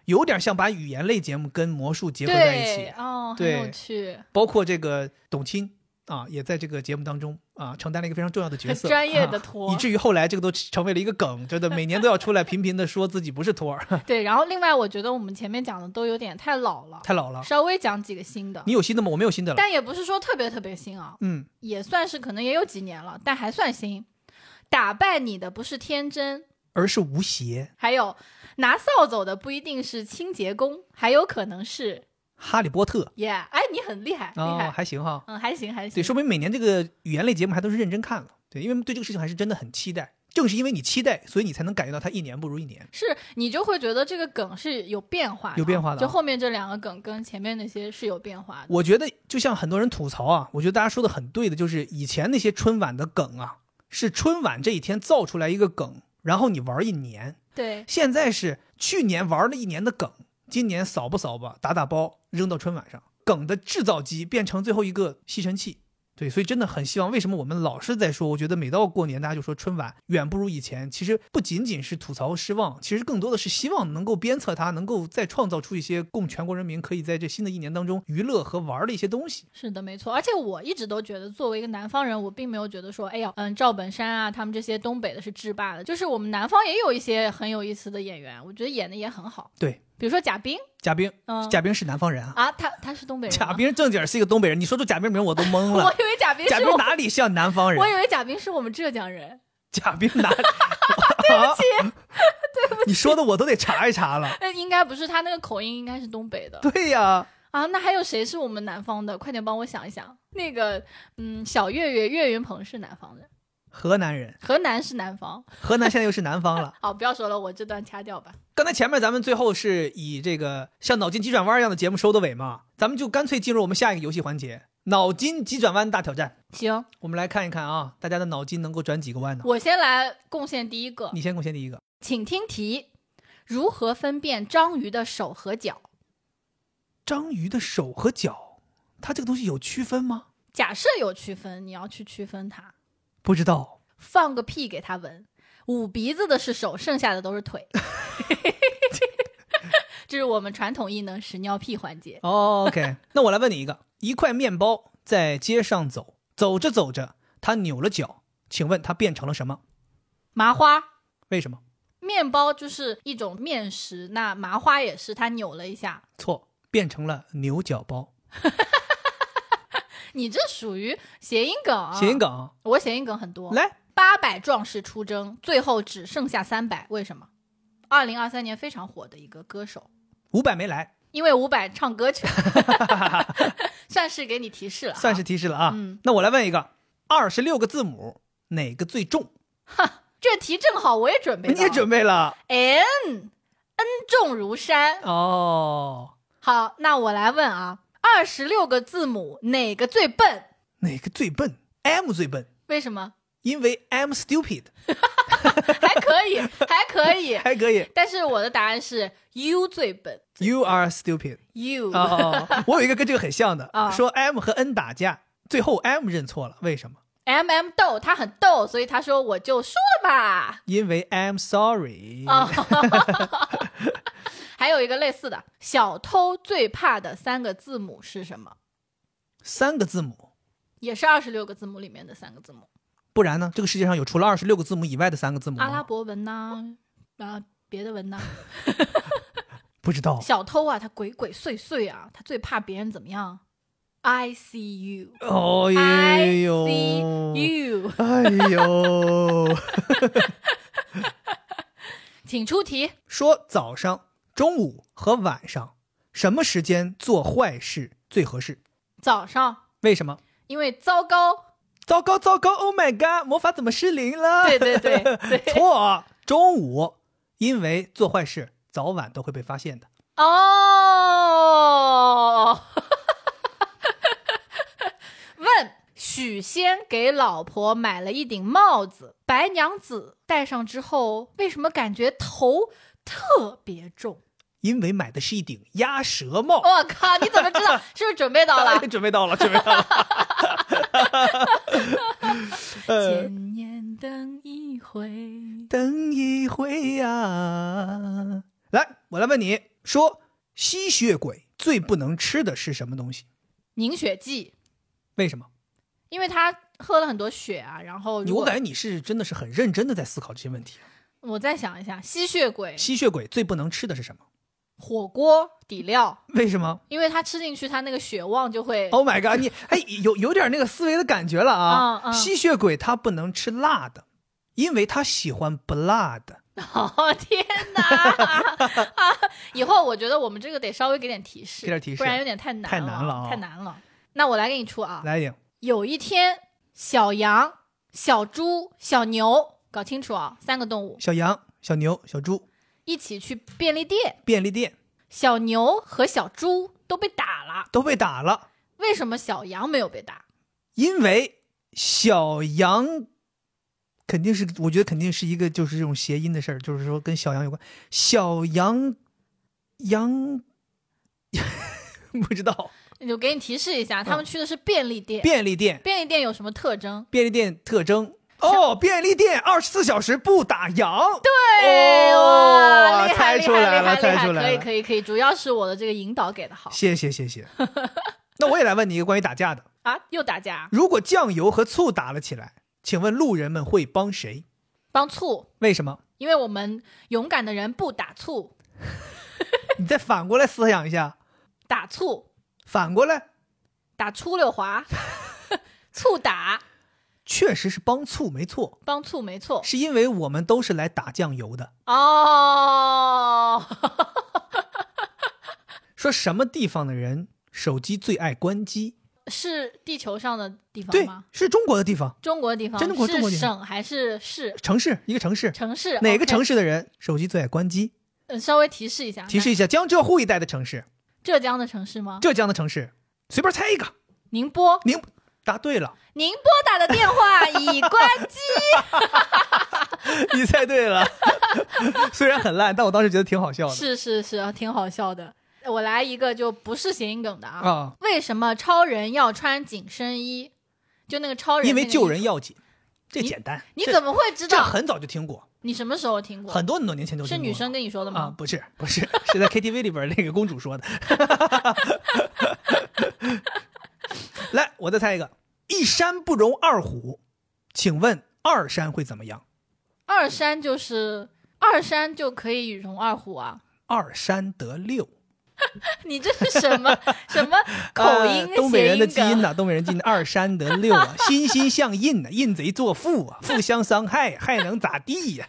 A: 有点像把语言类节目跟魔术结合在一
B: 对
A: 起，
B: 哦，很
A: 对
B: 有趣，
A: 包括这个董卿啊，也在这个节目当中啊承担了一个非常重要的角
B: 很
A: 色，
B: 专业的
A: 啊
B: 托
A: 以至于后来这个都成为了一个梗，真的每年都要出来频频的说自己不是托儿，
B: 对。然后另外，我觉得我们前面讲的都有点太老了，
A: 太老了。
B: 稍微讲几个新的
A: 你，有新的吗？我没有新的了。
B: 但也不是说特别特别新啊，
A: 嗯，
B: 也算是可能也有几年了，但还算新。打败你的不是天真，
A: 而是吴邪、
B: 还有拿扫帚的不一定是清洁工，还有可能是
A: 哈利波特
B: 耶哎，你很厉害，厉害，
A: 啊，还行哈。
B: 嗯，还行还
A: 对，
B: 行。
A: 说明每年这个语言类节目还都是认真看了，对，因为对这个事情还是真的很期待。正是因为你期待，所以你才能感觉到它一年不如一年。
B: 是你就会觉得这个梗是有变化的，
A: 有变化的啊
B: 就后面这两个梗跟前面那些是有变化的。
A: 我觉得就像很多人吐槽啊，我觉得大家说的很对的，就是以前那些春晚的梗啊，是春晚这一天造出来一个梗，然后你玩一年。
B: 对，
A: 现在是去年玩了一年的梗，今年扫吧扫吧打打包扔到春晚上，梗的制造机变成最后一个吸尘器，对，所以真的很希望。为什么我们老是在说？我觉得每到过年，大家就说春晚远不如以前。其实不仅仅是吐槽和失望，其实更多的是希望能够鞭策它，能够再创造出一些供全国人民可以在这新的一年当中娱乐和玩儿的一些东西。
B: 是的，没错。而且我一直都觉得，作为一个南方人，我并没有觉得说，哎呀，嗯，赵本山啊，他们这些东北的是制霸的。就是我们南方也有一些很有意思的演员，我觉得演的也很好。
A: 对，
B: 比如说贾冰，
A: 贾冰，
B: 嗯
A: 贾冰是南方人啊，
B: 啊，他他是东北人吗。
A: 贾冰正经是一个东北人。你说出贾冰名，我都懵
B: 我
A: 了。
B: 以为贾冰
A: 贾
B: 是
A: 冰
B: 我，
A: 哪里像南方人
B: 我？以为贾冰是我们浙江人。
A: 贾冰 哪里？对 不起，对不起，你说的我都得查一查了。
B: 那应该不是他那个口音，应该是东北的
A: 对呀、
B: 啊。那还有谁是我们南方的？快点帮我想一想。那个，嗯，小岳岳岳云鹏是南方人，
A: 河南人，
B: 河南是南方。
A: 河南现在又是南方 了。
B: 好，不要说了，我这段掐掉吧。
A: 刚才前面咱们最后是以这个像脑筋急转弯一样的节目收的尾嘛，咱们就干脆进入我们下一个游戏环节——脑筋急转弯大挑战。
B: 行，
A: 我们来看一看啊，大家的脑筋能够转几个弯呢？
B: 我先来贡献第一个，
A: 你先贡献第一个，
B: 请听题：如何分辨章鱼的手和脚？
A: 章鱼的手和脚，它这个东西有区分吗？
B: 假设有区分，你要去区分它。
A: 不知道，
B: 放个屁给它闻，捂鼻子的是手，剩下的都是腿。 这是我们传统艺能屎尿屁环节。
A: 哦 OK，那我来问你一个：一块面包在街上走，走着走着，它扭了脚，请问它变成了什么？
B: 麻花
A: 为什么？
B: 面包就是一种面食，那麻花也是，它扭了一下。
A: 错，变成了牛角包。
B: 你这属于谐音梗啊！
A: 谐音，梗啊，
B: 我谐音梗很多。
A: 来，
B: 八百壮士出征，最后只剩下三百，为什么？二零二三年非常火的一个歌手，
A: 五百没来，
B: 因为伍佰唱歌去了， 算是给你提示了啊，
A: 算是提示了啊。
B: 嗯
A: 那我来问一个：二十六个字母哪个最重？
B: 这题正好，我也准备了，
A: 你也准备了
B: n n 重如山。
A: 哦？
B: 好，那我来问啊，二十六个字母哪个最笨？
A: 哪个最笨？M 最笨，
B: 为什么？
A: 因为 I'm stupid，
B: 还可 以，还可以。
A: 还可 以。
B: 但是我的答案是 U 最笨
A: You are stupid。
B: ，U、
A: 哦哦，哦我有一个跟这个很像的，
B: 啊
A: 说 M 和 N 打架，最后 M 认错了，为什么？
B: M M 逗，他很逗，所以他说我就输了吧。
A: 因为 I'm sorry。
B: 啊、 还有一个类似的，小偷最怕的三个字母是什么？
A: 三个字母，
B: 也是二十六个字母里面的三个字母，
A: 不然呢？这个世界上有除了二十六个字母以外的三个字母
B: 阿拉
A: 吗？
B: 伯文呐、啊，别的文呐、
A: 不知道。
B: 小偷啊，他鬼鬼祟祟啊，他最怕别人怎么样？I see you,
A: 哦
B: I
A: 呦
B: see you，
A: 哎呦，
B: 请出题。
A: 说早上、中午和晚上什么时间做坏事最合适？
B: 早上，
A: 为什么？
B: 因为糟糕，
A: 糟糕糟糕！Oh my god！魔法怎么失灵了？
B: 对对对对
A: 错。中午，因为做坏事早晚都会被发现的。
B: 哦。 问许仙给老婆买了一顶帽子，白娘子戴上之后，为什么感觉头特别重？
A: 因为买的是一顶鸭舌帽。
B: 我、靠，你怎么知 道？是不是准备到了
A: 哎？准备到了，准备到 了。呃，
B: 千年等一回。
A: 等一回呀、来，我来问你说，吸血鬼最不能吃的是什么东西？
B: 凝血剂，
A: 为什么？
B: 因为他喝了很多血啊。然后
A: 你
B: 如
A: 我
B: 果
A: 感觉你是真的是很认真的在思考这些问题。
B: 我再想一下，吸血鬼
A: 吸血鬼最不能吃的是什么？
B: 火锅底料，
A: 为什么
B: 因为他吃进去，他那个血旺就会。
A: ？Oh my god！你哎，有有点那个思维的感觉了啊。
B: 嗯嗯
A: 吸血鬼他不能吃辣的，因为他喜欢不辣的。
B: 哦天 哪！啊，以后我觉得我们这个得稍微给点提示，
A: 给点提示
B: 不然有点太难
A: 太难了啊
B: 太难了。那我来给你出啊。
A: 来一点，
B: 有一天，小羊、小猪、小牛，搞清楚啊，三个动物
A: 小羊、小牛、小猪，
B: 一起去便利店，
A: 便利店
B: 小牛和小猪都被打了。
A: 都被打了。
B: 为什么小羊没有被打？
A: 因为小羊肯定是，我觉得肯定是一个就是这种谐音的事儿，就是说跟小羊有关。小羊羊 不知道，
B: 我给你提示一下，他们去的是便利店。
A: 嗯便哦利店，
B: 便利店有什么特征？
A: 便利店特征哦，便利店二十四小时不打烊。
B: 对，
A: 哦
B: 哎哇，厉害
A: 猜
B: 厉
A: 出来
B: 害厉
A: 了
B: 害
A: 猜
B: 厉害！
A: 出来
B: 可以
A: 了
B: 可以可以，主要是我的这个引导给的好
A: 谢谢谢谢。那我也来问你一个关于打架的：
B: 啊，又打架，
A: 如果酱油和醋打了起来，请问路人们会帮谁？
B: 帮醋，
A: 为什么？
B: 因为我们勇敢的人不打醋，
A: 你再反过来思想一下，
B: 打醋
A: 反过来
B: 打出溜滑， 醋打
A: 确实是帮醋没错，
B: 帮醋没错
A: 是因为我们都是来打酱油的。
B: 哦，
A: 说什么地方的人手机最爱关机？
B: 是地球上的地方
A: 对
B: 吗？，
A: 是中国的地方
B: 中国的地方
A: 真的国中国地
B: 是
A: 方
B: 省还是市
A: 城市，一个城市，
B: 城市？哦
A: 哪个
B: OK
A: 城市的人手机最爱关机？
B: 呃，稍微提示一下，
A: 提示一下，江浙沪一带的城市，
B: 那浙江的城市吗？
A: 浙江的城市，随便猜一个。
B: 宁波，
A: 宁，答对了，
B: 您拨打的 电话已关机。
A: 你猜对了。 虽然很烂，但我当时觉得挺好笑的
B: 是是是，挺好笑的。我来一个就不是谐音梗的啊。
A: 啊，
B: 为什么超人要穿紧身衣？就那个超人，
A: 因为救人
B: 要。
A: 要紧，这
B: 你
A: 简单。
B: 你
A: 这
B: 怎么会知
A: 这
B: 道？
A: 很早就听过，
B: 你什么时候听过？
A: 很多很多年前就听
B: 是
A: 过。
B: 女生跟你说的
A: 啊，
B: 吗？
A: 不是不是，是在 KTV 里边那个公主说的。来，我再猜一个：一山不容二虎，请问二山会怎么样？
B: 二山就是二山就可以容二虎啊！
A: 二山得六，
B: 你这是什 么什么口音、
A: 呃东北人的基
B: 谐
A: 因
B: 梗？
A: 呐、东北人基因，二山得六啊，心心相印呐、印贼作父啊， 互相伤害，还能咋地呀、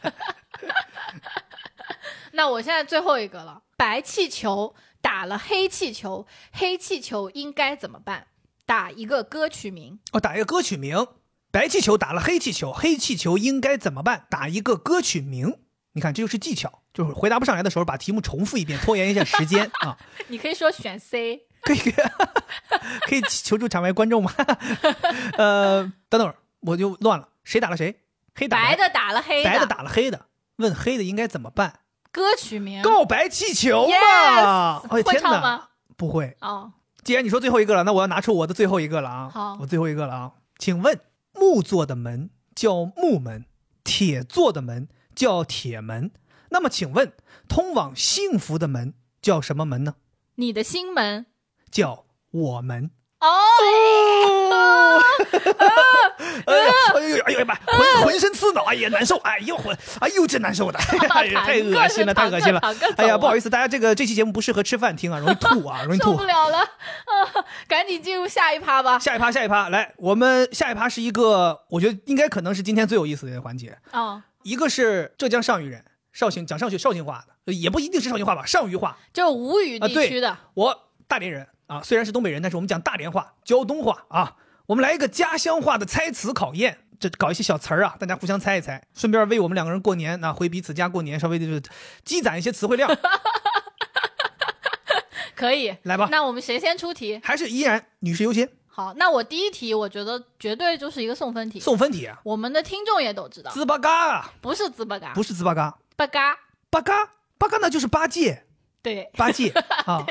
B: 那我现在最后一个了，白气球打了黑气球，黑气球应该怎么办？打一个歌曲 名，
A: 我哦打一个歌曲名：白气球打了黑气球，黑气球应该怎么办？打一个歌曲名。你看，这就是技巧，就是回答不上来的时候，把题目重复一遍，拖延一下时间啊。
B: 你可以说选 C。
A: 可以，可以求助场外观众吗？ 呃，等等会儿我就乱了，谁打了谁？黑打
B: 白的打了黑
A: 白白的打了黑的，问黑的应该怎么办？
B: 歌曲名
A: 告白气球
B: Yes！
A: 嘛！哎
B: 会
A: 天
B: 唱
A: 哪，
B: 吗？
A: 不会。
B: 哦，
A: 既然你说最后一个了，那我要拿出我的最后一个了啊！
B: 好
A: 我最后一个了啊！请问木做的门叫木门，铁做的门叫铁门。那么，请问通往幸福的门叫什么门呢？
B: 你的心门
A: 叫我们。
B: 哦，
A: 哦 哎呀，哎呦哎呦哎呀妈，浑浑身刺挠，哎呀难受，哎呦浑，哎呦真难受的，哎呀太恶心了，太恶心了。哎呀，不好
B: 意
A: 意思，大家这个这期节目不适合吃饭听啊，容易吐啊，容易
B: 受
A: 吐
B: 不。了了， 啊，赶紧进入下一趴吧。
A: 下一趴，下一趴，来，我们下一趴是一个，我觉得应该可能是今天最有意思的环节，
B: 哦，
A: 一个是浙江上虞人，绍兴讲上学绍兴话的，也不一定是绍兴话吧，上虞话。
B: 就是吴语地
A: 啊对
B: 区的，
A: 我大连人啊，虽然是东北人，但是我们讲大连话、胶东话啊。我们来一个家乡话的猜词考验，这搞一些小词儿啊，大家互相猜一猜，顺便为我们两个人过年啊，回彼此家过年，稍微就是积攒一些词汇 量。
B: 可以。
A: 来吧，
B: 那我们谁先出题？
A: 还是依然女士优先，
B: 好，那我第一题，我觉得绝对就是一个送分题。
A: 送分题啊，
B: 我们的听众也都知道，
A: 滋巴嘎啊，
B: 不是滋吧嘎，
A: 不是滋巴嘎，
B: 吧嘎，
A: 巴嘎巴嘎那就是八戒，
B: 对，
A: 八 戒啊，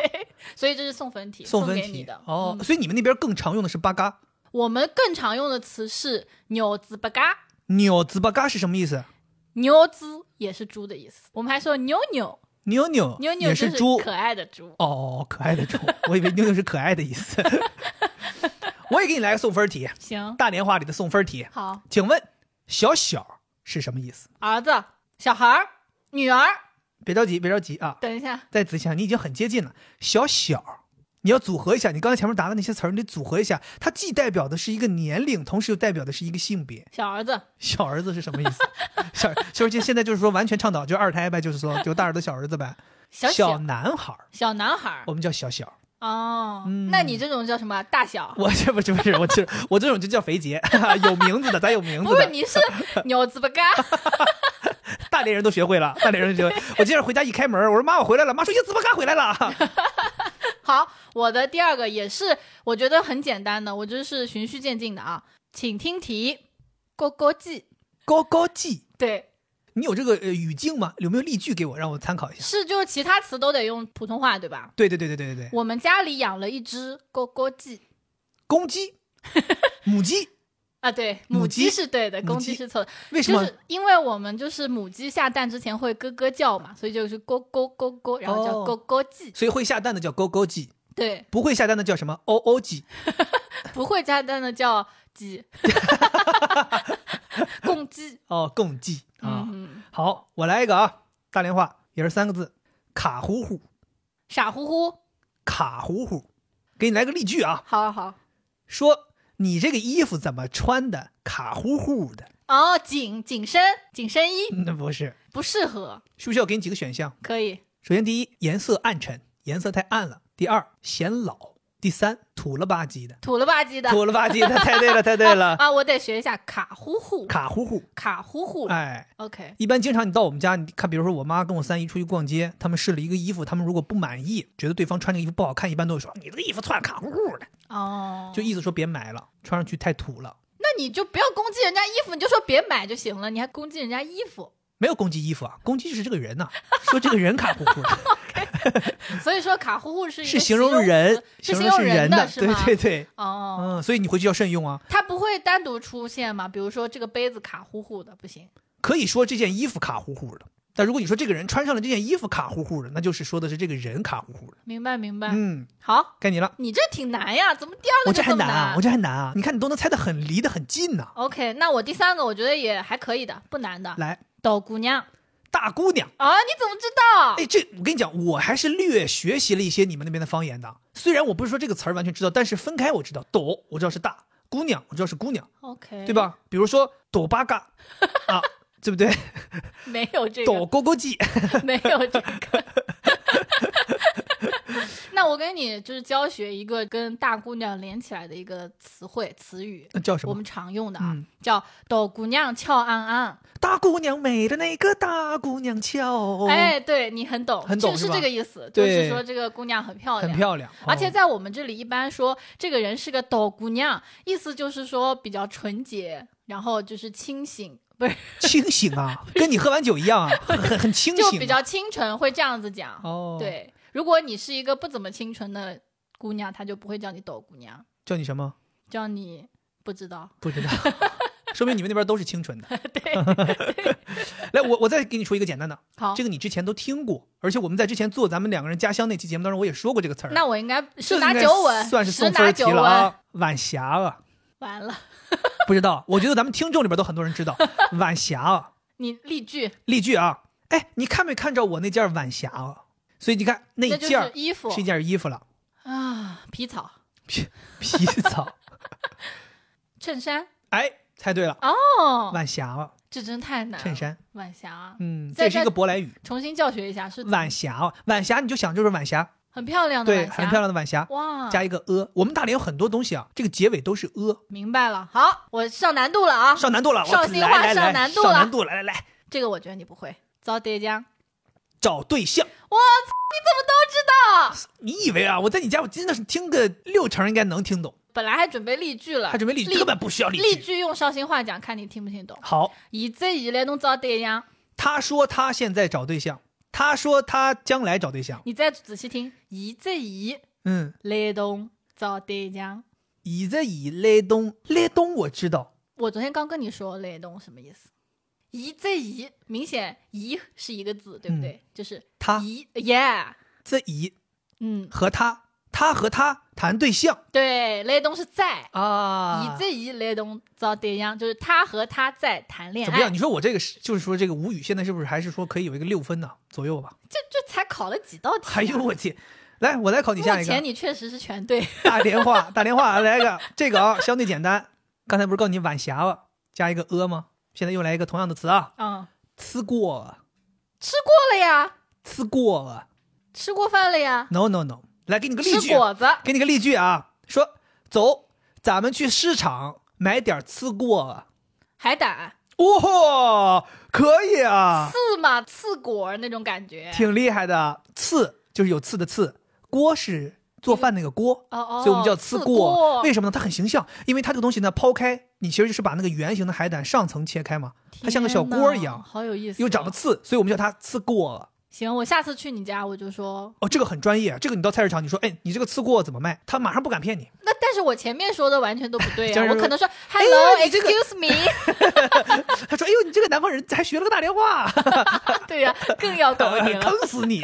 B: 所以这是送分题，
A: 送分
B: 给你
A: 题
B: 的。嗯
A: 哦，所以你们那边更常用的是巴嘎，
B: 我们更常用的词是牛滋吧嘎，
A: 扭滋巴嘎是什么意思？
B: 牛滋也是猪的意思。我们还说牛牛，
A: 扭扭
B: 牛牛
A: 也
B: 就是
A: 猪，
B: 可爱的猪。
A: 哦，可爱的猪， 我以为妞妞是可爱的意思。 我也给你来个送分题，
B: 行，
A: 大连话里的送分题，
B: 好，
A: 请问“小小”是什么意思？
B: 儿子、小孩儿、女儿，
A: 别着急，别着急啊，
B: 等一下，
A: 再仔细想，你已经很接近了。小小，你要组合一下，你刚才前面答的那些词儿，你得组合一下，它既代表的是一个年龄，同时又代表的是一个性别。
B: 小儿子，
A: 小儿子是什么意思？ 小就是现现在就是说完全倡导就是二胎呗，就是说就大儿子小儿子呗。
B: 小
A: 小
B: 小
A: 男孩儿，
B: 小男孩儿。
A: 我们叫小小。
B: 哦，
A: 嗯
B: 那你这种叫什么？大小？
A: 我这不是不是我这我这种就叫肥杰， 有名字的，咱有名字
B: 不是，
A: 的，
B: 你是 牛滋吧嘎。
A: 大连人都学会了，大连人就学会。我今天回家一开门，我说妈，我回来了，妈说呀，怎么刚回来了？
B: 好，我的第二个也是，我觉得很简单的，我就是循序渐进的啊。请听题：咕咕鸡，
A: 高高记，
B: 对，
A: 你有这个呃语境吗？有没有例句给我，让我参考一下？
B: 是就是其他词都得用普通话对吧？
A: 对对对对对对对，
B: 我们家里养了一只公公鸡
A: 公鸡、母鸡，
B: 啊，对，
A: 母
B: 母
A: 鸡
B: 鸡是对的，
A: 母
B: 公
A: 鸡
B: 鸡是错的，
A: 为什
B: 就
A: 么？
B: 是因为我们就是母鸡下蛋之前会咯咯叫嘛，所以就是咯咯咯咯，然后叫
A: 哦
B: 咯咯鸡，
A: 所以会下蛋的叫勾勾鸡，
B: 对，
A: 不会下蛋的叫什么哦哦鸡？
B: 不会下蛋的叫 鸡，公鸡
A: 哦，共计啊。
B: 嗯嗯，
A: 好，我来一个啊，大连话也是三个字，卡糊糊，
B: 傻乎乎，
A: 卡糊糊。给你来个例句啊，
B: 好好。
A: 说你这个衣服怎么穿的卡糊糊的？
B: 哦，紧紧身紧身衣
A: 那嗯不是，
B: 不适合，
A: 需不需要给你几个选项？
B: 可以
A: 首先，第一，颜色暗沉，颜色太暗了；第二，显老；第三，土了吧 唧的，
B: 土了吧唧的。
A: 土了吧唧的，太对了，太对了，
B: 啊，我得学一下卡呼呼，
A: 卡糊糊。
B: 卡呼呼。
A: 哎，
B: OK，
A: 一般经常你到我们家，你看，比如说我妈跟我三姨出去逛街，他们试了一个衣服，他们如果不满意，觉得对方穿这个衣服不好看，一般都会说你这个衣服穿卡乎乎的，
B: 哦，
A: 就意思说别买了，穿上去太土了。
B: 那你就不要攻击人家衣服，你就说别买就行了，你还攻击人家衣服，
A: 没有攻击衣服啊，攻击就是这个人呐、说这个人卡乎乎的，
B: 所以说卡呼呼是一个
A: 是形
B: 容
A: 容人，
B: 词是
A: 形
B: 形
A: 容是
B: 容
A: 人
B: 的是
A: 对
B: 吗？
A: 对对，
B: 哦，
A: 嗯，所以你回去要慎用啊。
B: 它不会单独出现嘛？比如说这个杯子卡呼呼的不行，
A: 可以说这件衣服卡乎乎的，但如果你说这个人穿上了这件衣服卡乎乎的，那就是说的是这个人卡乎乎的。
B: 明白明白。
A: 嗯，
B: 好，
A: 该你了，
B: 你这挺难呀，怎么第二
A: 我
B: 个
A: 这
B: 就
A: 还
B: 这么
A: 难啊，我这还难啊，你看你都能猜得很离得很近呐。
B: OK，那我第三个我觉得也还可以的，不难的。
A: 来，
B: 豆姑娘
A: 大姑娘。
B: 啊，你怎么知道？
A: 哎，这我跟你讲，我还是略学习了一些你们那边的方言的。虽然我不是说这个词儿完全知道，但是分开我知道，抖我知道是大姑娘，我知道是姑娘，
B: OK，
A: 对？吧？比如说抖八嘎 啊，对不对？
B: 没有这
A: 抖
B: 个，
A: 勾勾记，
B: 没有这个。 那我跟你就是教学一个跟大姑娘连起来的一个词汇词语，
A: 那叫什
B: 我
A: 么
B: 们？常用的啊，
A: 嗯
B: 叫“抖姑娘俏安安
A: 大姑娘美的那个大姑娘俏，”。，
B: 哎，对你很懂，
A: 哦很懂
B: 就是是
A: 吧
B: 这个意思，就
A: 对
B: 是说这个姑娘很漂亮，
A: 很漂亮，
B: 而且
A: 哦
B: 在我们这里，一般说这个人是个抖姑娘，意思就是说比较纯洁，然后就是清醒，不是
A: 清醒 啊，跟你喝完酒一样啊，很很很清
B: 就
A: 醒啊，
B: 比较清纯，会这样子讲。
A: 哦，，
B: 对，如果你是一个不怎么清纯的姑娘，她就不会叫你抖姑娘，
A: 叫你什么？
B: 叫你不知道。
A: 不 知道，说明你们那边都是清纯的。 来，我我再给你出一个简单的，
B: 好，
A: 这个你之前都听过，而且我们在之前做咱们两个人家乡那期节目当中，我也说过这个词儿。
B: 那我应该
A: 这
B: 十拿
A: 应该
B: 九稳，
A: 算是
B: 十
A: 送
B: 拿
A: 分题
B: 九
A: 了
B: 稳。
A: 啊。晚霞啊，
B: 完了，
A: 不知道，我觉得咱们听众里边都很多人知 道晚霞啊。
B: 你例句，
A: 例句啊，哎，你看没看着我那件晚霞啊？所以你看那
B: 那
A: 一
B: 就
A: 件
B: 是
A: 儿
B: 衣服
A: 是一件衣服 了，
B: 啊，皮草、
A: 皮皮草。
B: 衬衫。
A: 哎，猜对了，
B: 哦，
A: 晚霞啊，
B: 这真太难了。
A: 衬衫。
B: 晚霞，
A: 嗯，这
B: 在
A: 也是一
B: 在
A: 个舶来语。
B: 重新教学一下，是
A: 晚霞啊，晚霞，你就想就是晚霞，
B: 很漂亮的
A: 对，
B: 嗯晚霞，嗯
A: 很漂亮的晚霞，
B: 哇，
A: 加一个呃。我们大连有很多东西啊，这个结尾都是呃。
B: 明白了。好，我上难度了啊，
A: 上难度了，我
B: 绍兴
A: 来
B: 话
A: 来来
B: 上难度
A: 上
B: 了
A: 难度了，来来来，
B: 这个我觉得你不会。糟爹江，
A: 找对象。
B: 我操，你怎么都知道？
A: 你以为啊，我在你家，我真的是听个六成应该能听懂，
B: 本来还准备例句了，
A: 还准备例句，根本不需要例
B: 例
A: 句。
B: 句用绍兴话讲，看你听不听懂。
A: 好，
B: 以这以来弄糟爹江，
A: 他说他现在找对象，他说他将来找对象。
B: 你再仔细听。以这以
A: 嗯，
B: 来弄糟爹江，
A: 以这以勒东，勒东我知道，
B: 我昨天刚跟你说来弄什么意思？以这以明显以是一个字，对不对？就是
A: 嗯他
B: 以耶，
A: 这以
B: 嗯，
A: 和他，他和他谈对象
B: 对，来东是在。
A: 啊
B: 以。这一雷东遭对样，就是他和他在谈恋
A: 怎么样？
B: 爱，
A: 你说我这个是，就是说这个吴语现在是不是还是说可以有一个六分呢、左右 吧？
B: 这这才考了几道题、啊？
A: 还有我天，来我来考你下
B: 目
A: 一个
B: 前。你确实是 全对，
A: 大连话，大连话来一个这个啊，相对简单。刚才不是告诉你晚霞了，加一个呃吗？现在又来一个同样的词啊，
B: 嗯，
A: 吃过了，
B: 吃过了呀，
A: 吃过了。
B: 吃过饭了呀，
A: No no no，来给你个例
B: 吃
A: 句，啊
B: 果子，
A: 给你个例句啊，说走，咱们去市场买点吃过了。
B: 海胆，
A: 哇、哦，可以啊，
B: 刺嘛，刺果那种感觉，
A: 挺厉害的。刺就是有刺的刺，锅是做饭那个锅，
B: 哦哦，
A: 所以我们叫
B: 刺
A: 刺锅。为什么呢？它很形象，因为它这个东西呢，抛开你其实就是把那个圆形的海胆上层切开嘛，它像个小锅一
B: 天哪
A: 样，
B: 好有意思、
A: 又长了。刺，所以我们叫它刺过。
B: 行，我下次去你家我就说，
A: 哦，这个很专业，这个你到菜市场你说，哎，你这个刺过怎么卖？他马上不敢骗你。
B: 那但是我前面说的完全都不对
A: 就
B: 啊，
A: 是哎
B: 我可能说 Hello、
A: 你这个
B: Excuse me，
A: 他说，哎呦，你这个南方人还学了个大连话，
B: 对呀、更 要搞 你了。
A: 坑死你！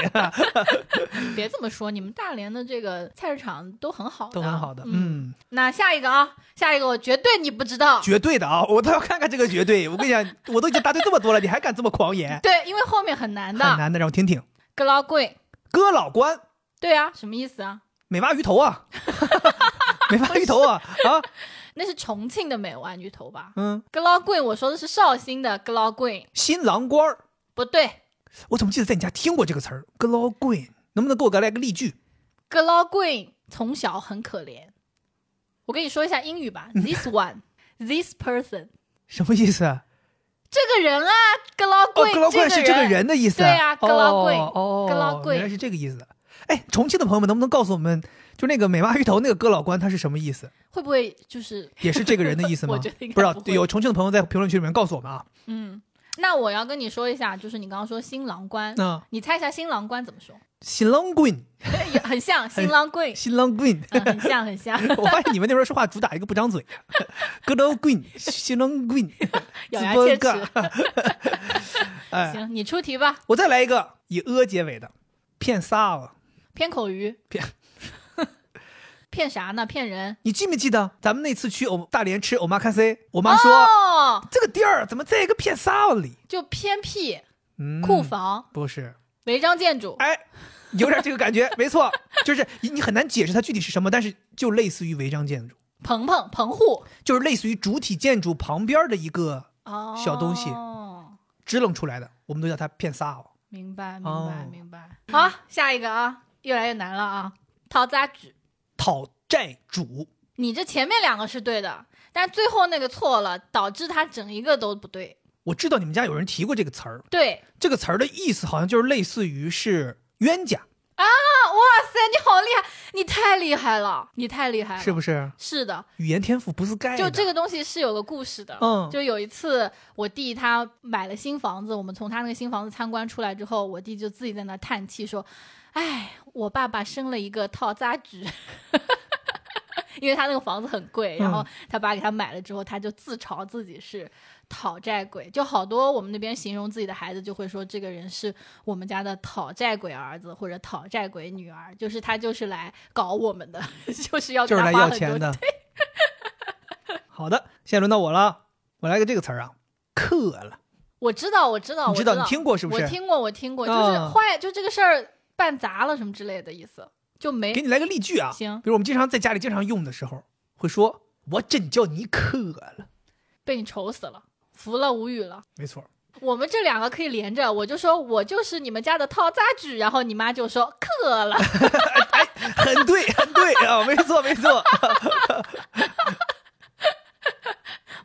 B: 别这么说，你们大连的这个菜市场 都很好的，
A: 都很好的，
B: 嗯，
A: 嗯，
B: 那下一个啊，下一个我绝对你不知道。
A: 绝对的啊，我倒要看看这个绝对。我跟你讲， 我都已经答对这么多了，你还敢这么狂 言？
B: 对，因为后面很难
A: 很
B: 的。
A: 难的，让我听听。
B: 格劳贵，
A: 哥老关，
B: 对啊，什么意思啊？
A: 美蛙鱼头 啊，美蛙鱼头啊啊，
B: 那是重庆的美湾鱼头吧？
A: 嗯，
B: 格劳贵，我说的是绍兴的格劳贵，
A: 新郎官儿，
B: 不对，
A: 我怎么记得在你家听过这个词儿？哥老贵，能不能给我来个例句？
B: 格劳贵从小很可怜。我跟你说一下英 语吧，this one。This person，
A: 什么意思啊？
B: 这个人啊，格劳
A: 哦，
B: 贵，
A: 哥老贵是这个人的意思。
B: 对啊哥老贵
A: 哦哦，
B: 哥老贵
A: 原来是这个意思。哎，重庆的朋友们，能不能告诉我们，就那个美蛙鱼头那个哥老关，他是什么意思？
B: 会不会就是
A: 也是这个人的意思吗？
B: 我觉得应该
A: 不知道
B: 不，会
A: 有重庆的朋友在评论区里面告诉我们啊。
B: 嗯？那我要跟你说一下，就是你刚刚说新郎官，
A: 那
B: 你猜一下新郎官怎 么说？
A: 新郎棍，
B: 也很像新郎 贵，
A: 新郎棍，
B: 嗯，很像很像，
A: 我发现你们那边说话主打一个不张嘴， 哥老棍，新郎棍，
B: 咬牙
A: 自
B: 切
A: 播个
B: 齿。
A: 哎，
B: 行，你出题吧，
A: 我再来一个以呃结尾的，骗仨了。
B: 骗口鱼，
A: 骗
B: 骗啥呢？骗人。
A: 你记没记得咱们那次去欧大连吃欧妈咖啡？我妈说、
B: 哦，
A: 这个地儿怎么在一个骗仨了里？
B: 就偏僻、
A: 嗯，
B: 库房、
A: 不是，
B: 违章建筑。
A: 哎，有点这个感觉，没错，就是你你很难解释它具体是什么，但是就类似于违章建筑，
B: 鹏鹏棚户
A: 就是类似于主体建筑旁边的一个
B: 哦，
A: 小东西支棱出来的，我们都叫它骗仨哦。
B: 明白，明白，
A: 哦
B: 明白。好，下一个啊，越来越难了啊。讨杂局，
A: 讨债主，
B: 你这前面两个是对的，但最后那个错了，导致它整一个都不对。
A: 我知道你们家有人提过这个词儿，
B: 对
A: 这个词儿的意思好像就是类似于是冤家，
B: 啊，哇塞，你好厉害，你太厉害了，你太厉害了，
A: 是不是？
B: 是的，
A: 语言天赋不是哎盖的，
B: 就这个东西是有个故事的。
A: 嗯
B: 就有一次我弟他买了新房子，我们从他那个新房子参观出来之后，我弟就自己在那叹气说：“哎，我爸爸生了一个套杂局。” 因为他那个房子很贵，然
A: 嗯
B: 后他爸给他买了之后，他就自嘲自己是讨债鬼，就好多我们那边形容自己的孩子就会说这个人是我们家的讨债鬼儿子或者讨债鬼女儿，就是他就是来搞我们的， 就是要给
A: 就是
B: 他
A: 来
B: 花
A: 要
B: 很多
A: 钱的。 好的，现在轮到我了，我来个这个词儿啊，克了，
B: 我知道，我知
A: 你
B: 道，哦我
A: 知
B: 知
A: 道你听过是不
B: 我
A: 是？
B: 听过，我听过，就是
A: 嗯
B: 坏，就这个事儿办砸了什么之类的意思，就没
A: 给你来个例句啊，
B: 行
A: 比如我们经常在家里经常用的时候，会说我真叫你克了，
B: 被你愁死了，服了，无语了。
A: 没错，
B: 我们这两个可以连着，我就说我就是你们家的套杂局，然后你妈就说克了，
A: 很对，很对啊，没错，没错，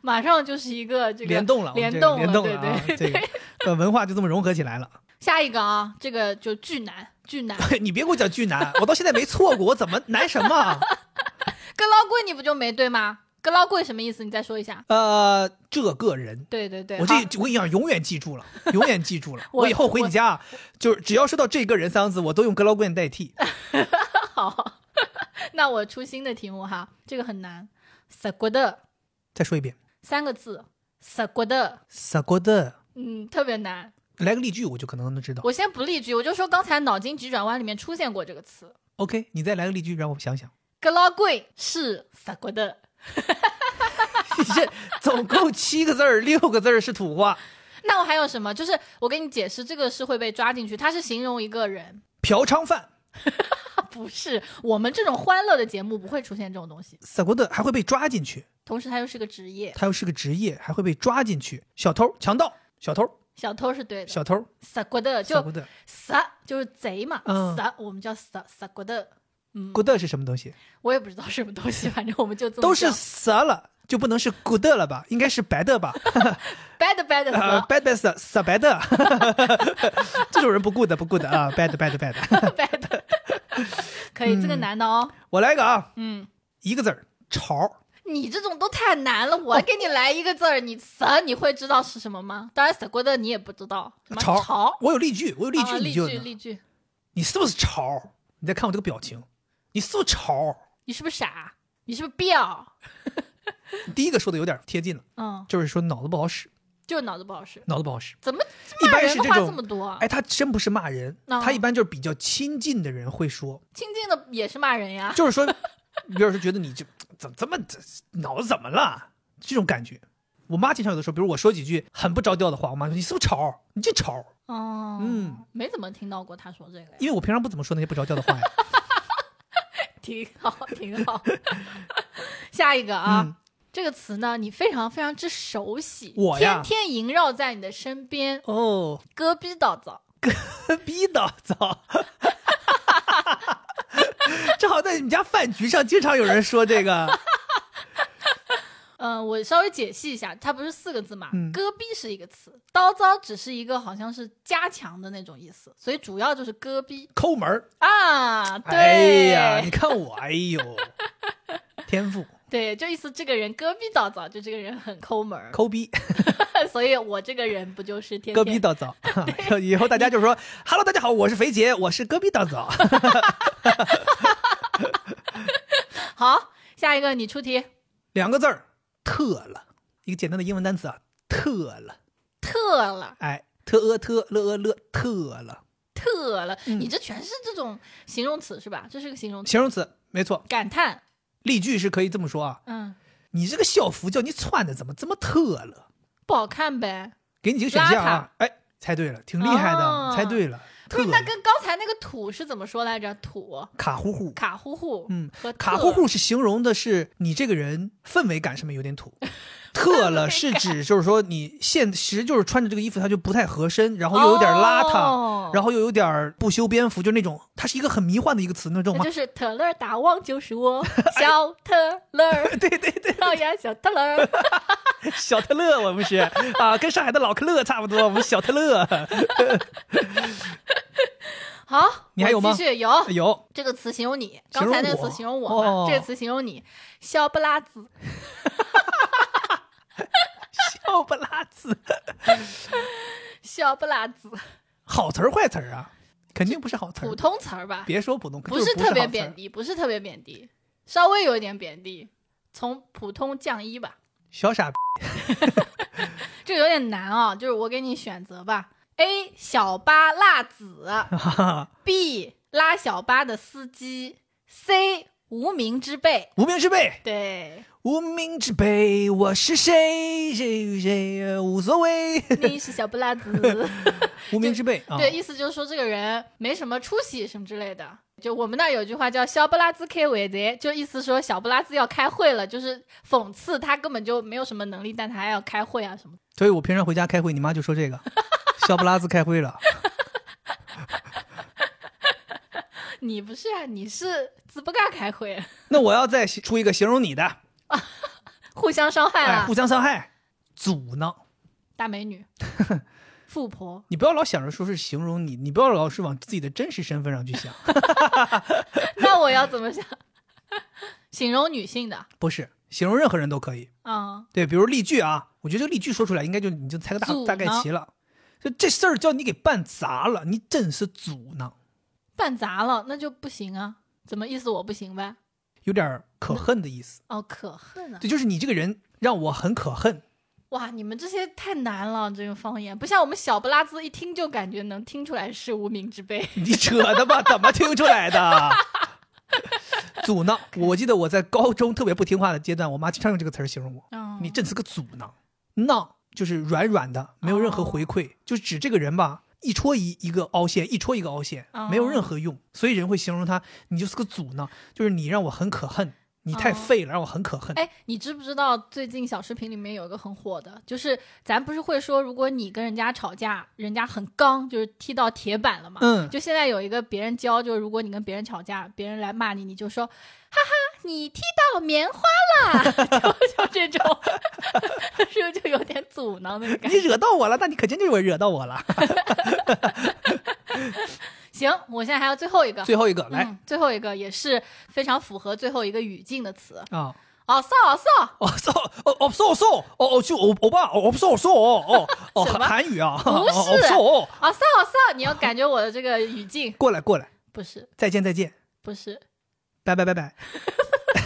B: 马上就是一个这个
A: 联动了，我们这个
B: 联动
A: 联动了
B: 对
A: 啊
B: 对，对。
A: 这个呃文化就这么融合起来了。
B: 下一个啊，这个就巨难巨难，
A: 你别给我讲巨难，我到现在没错过，我怎么难什么 啊？
B: 格劳贵你不就没对吗？格劳贵什么意思？你再说一下。
A: 呃，这个人。
B: 对对对，
A: 我这
B: 好
A: 我跟你讲，永远记住了，永远记 住了。
B: 我
A: 我以后回你家啊，就是只要说到这个人三个字，我都用格劳棍代替。
B: 好， 那我出新的题目哈，这个很难。萨国的
A: 再说一遍，
B: 三个字，萨国的，
A: 萨国的，
B: 嗯，特别难。
A: 来个例句，我就可能能知道。
B: 我先不例句，我就说刚才脑筋急转弯里面出现过这个词。
A: OK，你再来个例句，让我想想。
B: 格老贵是萨国的，
A: 你这总共七个字儿，六个字儿是土话。
B: 那我还有什么？就是我给你解释，这个是会被抓进去，它是形容一个人，
A: 嫖娼犯，
B: 它不是我们这种欢乐的节目不会出现这种东西。
A: 萨国的还会被抓进去，
B: 同时，它又是个职业，
A: 他又是个职业，还会被抓进去。小偷、强盗、小偷、
B: 小偷是对的。
A: 小偷，
B: 萨国的
A: 萨
B: 就
A: 国的，
B: 萨就是贼嘛，
A: 嗯
B: 萨我们叫萨萨国的。嗯，
A: good 是什么东西？
B: 我也不知道什么东西，啊反正我们就这么
A: 都是
B: 叫
A: 啥了，就不能是 good 了吧？应该是白的 吧？
B: bad bad
A: 呃 ，bad
B: bad
A: bad 傻傻白的， 这种人不 good 不 good 啊，bad bad bad，
B: bad。可以，这个难的哦。
A: 我来一个啊，
B: 嗯，
A: 一个字儿潮。
B: 你这种都太难了，
A: 哦
B: 我给你来一个字儿，你死你会知道是什么吗？当然死过的你也不知道，什么
A: 潮
B: 潮
A: 我有例句，我有例句，
B: 啊
A: 你
B: 例
A: 就
B: 句例句，
A: 你是不是潮？你再看我这个表情，你是不是潮？
B: 你是不是傻？你是不是彪？
A: 第一个说的有点贴近了，
B: 嗯，
A: 就是说脑子不好使，
B: 就是脑子不好使，
A: 脑子不好使。
B: 怎么
A: 一
B: 骂
A: 般
B: 人
A: 是
B: 的
A: 这
B: 话这
A: 种，
B: 么多啊？
A: 哎，他真不是骂人，
B: 啊
A: 他一般就是比较亲近的人会说，
B: 亲近的也是骂人呀。
A: 就是说，比如说觉得你这怎怎么这脑子怎么了这种感觉。我妈经常有的时候，比如我说几句很不着调的话，我妈说你是不是潮？你就潮，
B: 哦，
A: 嗯，
B: 没怎么听到过他说这个 呀，
A: 因为我平常不怎么说那些不着调的 话呀。
B: 挺好，挺好。下一个啊，
A: 嗯
B: 这个词呢，你非常非常之熟悉，
A: 我呀
B: 天天萦绕在你的身边，
A: 哦，
B: 戈壁倒灶。
A: 逼的，操！ 正好在你们家饭局上，经常有人说这个。
B: 嗯，我稍微解析一下，它不是四个字嘛？
A: 嗯
B: 戈壁是一个词，刀糟只是一个好像是加强的那种意思，所以主要就是戈壁
A: 抠门儿。
B: 啊。对，
A: 哎呀，你看我，哎呦，天赋
B: 对，就意思这个人戈壁倒灶，就这个人很抠门儿，
A: 抠逼，
B: 所以我这个人不就是天
A: 戈
B: 天
A: 壁倒灶。 以后大家就 说：“Hello，大家好，我是肥杰，我是戈壁倒灶。
B: 好，下一个你出题。”
A: 两个字儿，特了，一个简单的英文单词啊，特了，
B: 特了，
A: 哎，特呃特了呃了特了，
B: 特了，
A: 嗯
B: 你这全是这种形容词是吧？这是个形容词，
A: 形容词没错。
B: 感叹，
A: 例句是可以这么说啊：
B: 嗯，你
A: 你这个校服叫你穿的怎么这么特了？
B: 不好看呗。
A: 给你几个选项啊，哎，猜对了，挺厉害的，
B: 哦
A: 猜对了，
B: 不
A: 特
B: 是，
A: 了
B: 那跟刚才那个土是怎么说来着？土
A: 卡呼呼。
B: 卡呼呼，
A: 嗯
B: 和特
A: 卡呼，呼是形容的是你这个人氛围感上面有点 土，特了是指就是说你现实就是穿着这个衣服它就不太合身，然后又有点邋遢，
B: 哦、
A: 然后又有点不修边幅，就那种它是一个很迷幻的一个词，那种
B: 那
A: 吗哎
B: 就？是特勒打旺就是 我，小特勒，对对对，老呀小特勒，
A: 小特勒我们是啊，跟上海的老克勒差不多，我们小特勒
B: 好，
A: 你还有吗
B: 我继续有
A: 有
B: 这个词形容你，
A: 形容
B: 刚才那个
A: 我
B: 词形容我嘛，
A: 哦
B: 这个词形容你，小不拉子，
A: 笑不拉子，
B: 小不拉 子，
A: 好词儿坏词儿啊，肯定不是好词
B: 普
A: 儿，
B: 通词儿吧，
A: 别说普通，
B: 不
A: 就是
B: 特别
A: 好词儿
B: 贬低，不是特别贬低，稍微有一点贬低，从普通降一吧。
A: 小傻逼
B: 这个有点难啊，就是我给你选择吧：A 小巴 辣子，B 拉小巴的司机，C 无名之辈。
A: 无名之辈。
B: 对，
A: 无名之辈，我是谁？谁与谁呃无所 谓。
B: 你是小不 拉子。
A: 无名之辈啊，
B: 对，意思就是说这个人没什么出息什么之类的。就我们那儿有句话叫“小不拉兹开会贼”，就意思说小不拉兹要开会了，就是讽刺他根本就没有什么能力，但他还要开会啊什么。
A: 所以我平常回家开会，你妈就说这个，小不拉子开 会了。
B: 你不是啊，你是自不尬开会，
A: 那我要再出一个形容你
B: 啊
A: 的，
B: 互相伤害
A: 哎，
B: 啊，
A: 互相伤害，阻挠。
B: 大 美女，富婆，
A: 你不要老想着说是形容你，你不要老是往自己的真实身份上去 想，
B: 那我要怎么想？ 形容女性的，
A: 不是形容任何人都可以。
B: 嗯，
A: 对，比如例句啊，我觉得这个例句说出来应该就你就猜个大
B: 阻挠
A: 大概齐了。就这事儿叫你给办砸了，你真是阻挠，
B: 办砸了那就不行啊，怎么意思我不行呗？
A: 有点可恨的意思。
B: 哦，可恨啊！
A: 对，就是你这个人让我很可恨。
B: 哇，你们这些太难了，这个方言不像我们小不拉兹，一听就感觉能听出来是无名之辈。
A: 你扯的吧？怎么听出来的？ 阻挠！我记得我在高中特别不听话的阶段，我妈经常用这个词儿形容我：“
B: 嗯，
A: 你真是个阻挠。”挠就是软软的，没有任
B: 哦
A: 何回馈，就是指这个人吧，一戳一一个凹陷，一戳一个凹陷，
B: 哦
A: 没有任何用，所以人会形容他，你就是个阻挠，就是你让我很可恨，你太
B: 哦
A: 废了，让我很可恨。
B: 哎，你知不知道最近小视频里面有一个很火的，就是咱不是会说，如果你跟人家吵架，人家很刚，就是踢到铁板了嘛。
A: 嗯
B: 就现在有一个别人教，就是如果你跟别人吵架，别人来骂你，你就说，哈哈，你踢到棉花啦， 就就这种， 是不是就有点阻挠那个感
A: 你
B: 觉？
A: 惹到我了，那你肯定就是惹到我了。
B: 行，我现在还有最后一个，
A: 最后一个来
B: 嗯，最后一个也是非常符合最后一个语境的词。
A: 啊，
B: 哦，臊臊，
A: 哦瘦哦哦瘦瘦哦哦就欧欧巴哦哦瘦瘦哦 哦哦
B: 什么
A: 韩语啊，
B: 不
A: 哦
B: 是
A: 哦瘦哦，
B: 哦臊臊，你要感觉我的这个语境
A: 过来过来，
B: 不是
A: 再见再见，
B: 不是
A: 拜拜拜拜，